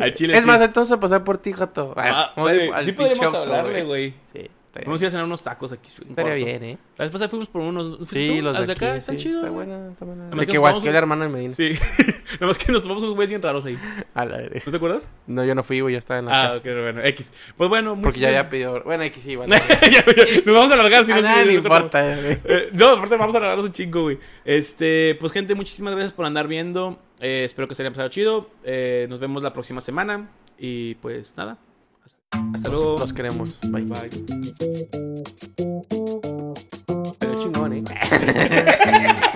Al chile. Es sí. más, entonces a pasar por ti, Joto. Ah, Vamos güey, al sí pinche podríamos Oxxo, hablarle, güey. Sí, está bien. Vamos a ir a cenar unos tacos aquí. en Estaría corto. bien, ¿eh? La vez pasada fuimos por unos. ¿fuiste Sí, tú? los Las de aquí, acá están sí, chidos. Está güey. buena, está buena. Además De que que nos tomamos guasqueó un- la hermana de Medina. Sí. Nada más que nos tomamos unos güeyes bien raros ahí. A la verga. ¿No te acuerdas? No, yo no fui, güey, yo estaba en la Ah, casa. ok, bueno. X. Pues bueno, Porque ya había muchas- pedido. Bueno, aquí sí, vale. Ya, ya, Nos vamos a alargar si a no nadie si no le cortamos. importa, eh, güey. Eh, no, aparte vamos a grabarnos un chingo, güey. Este, pues gente, muchísimas gracias por andar viendo. Eh, espero que se haya pasado chido. Eh, nos vemos la próxima semana. Y pues nada. Hasta, hasta luego. Los, los queremos. Bye. Bye. Pero chingón, eh.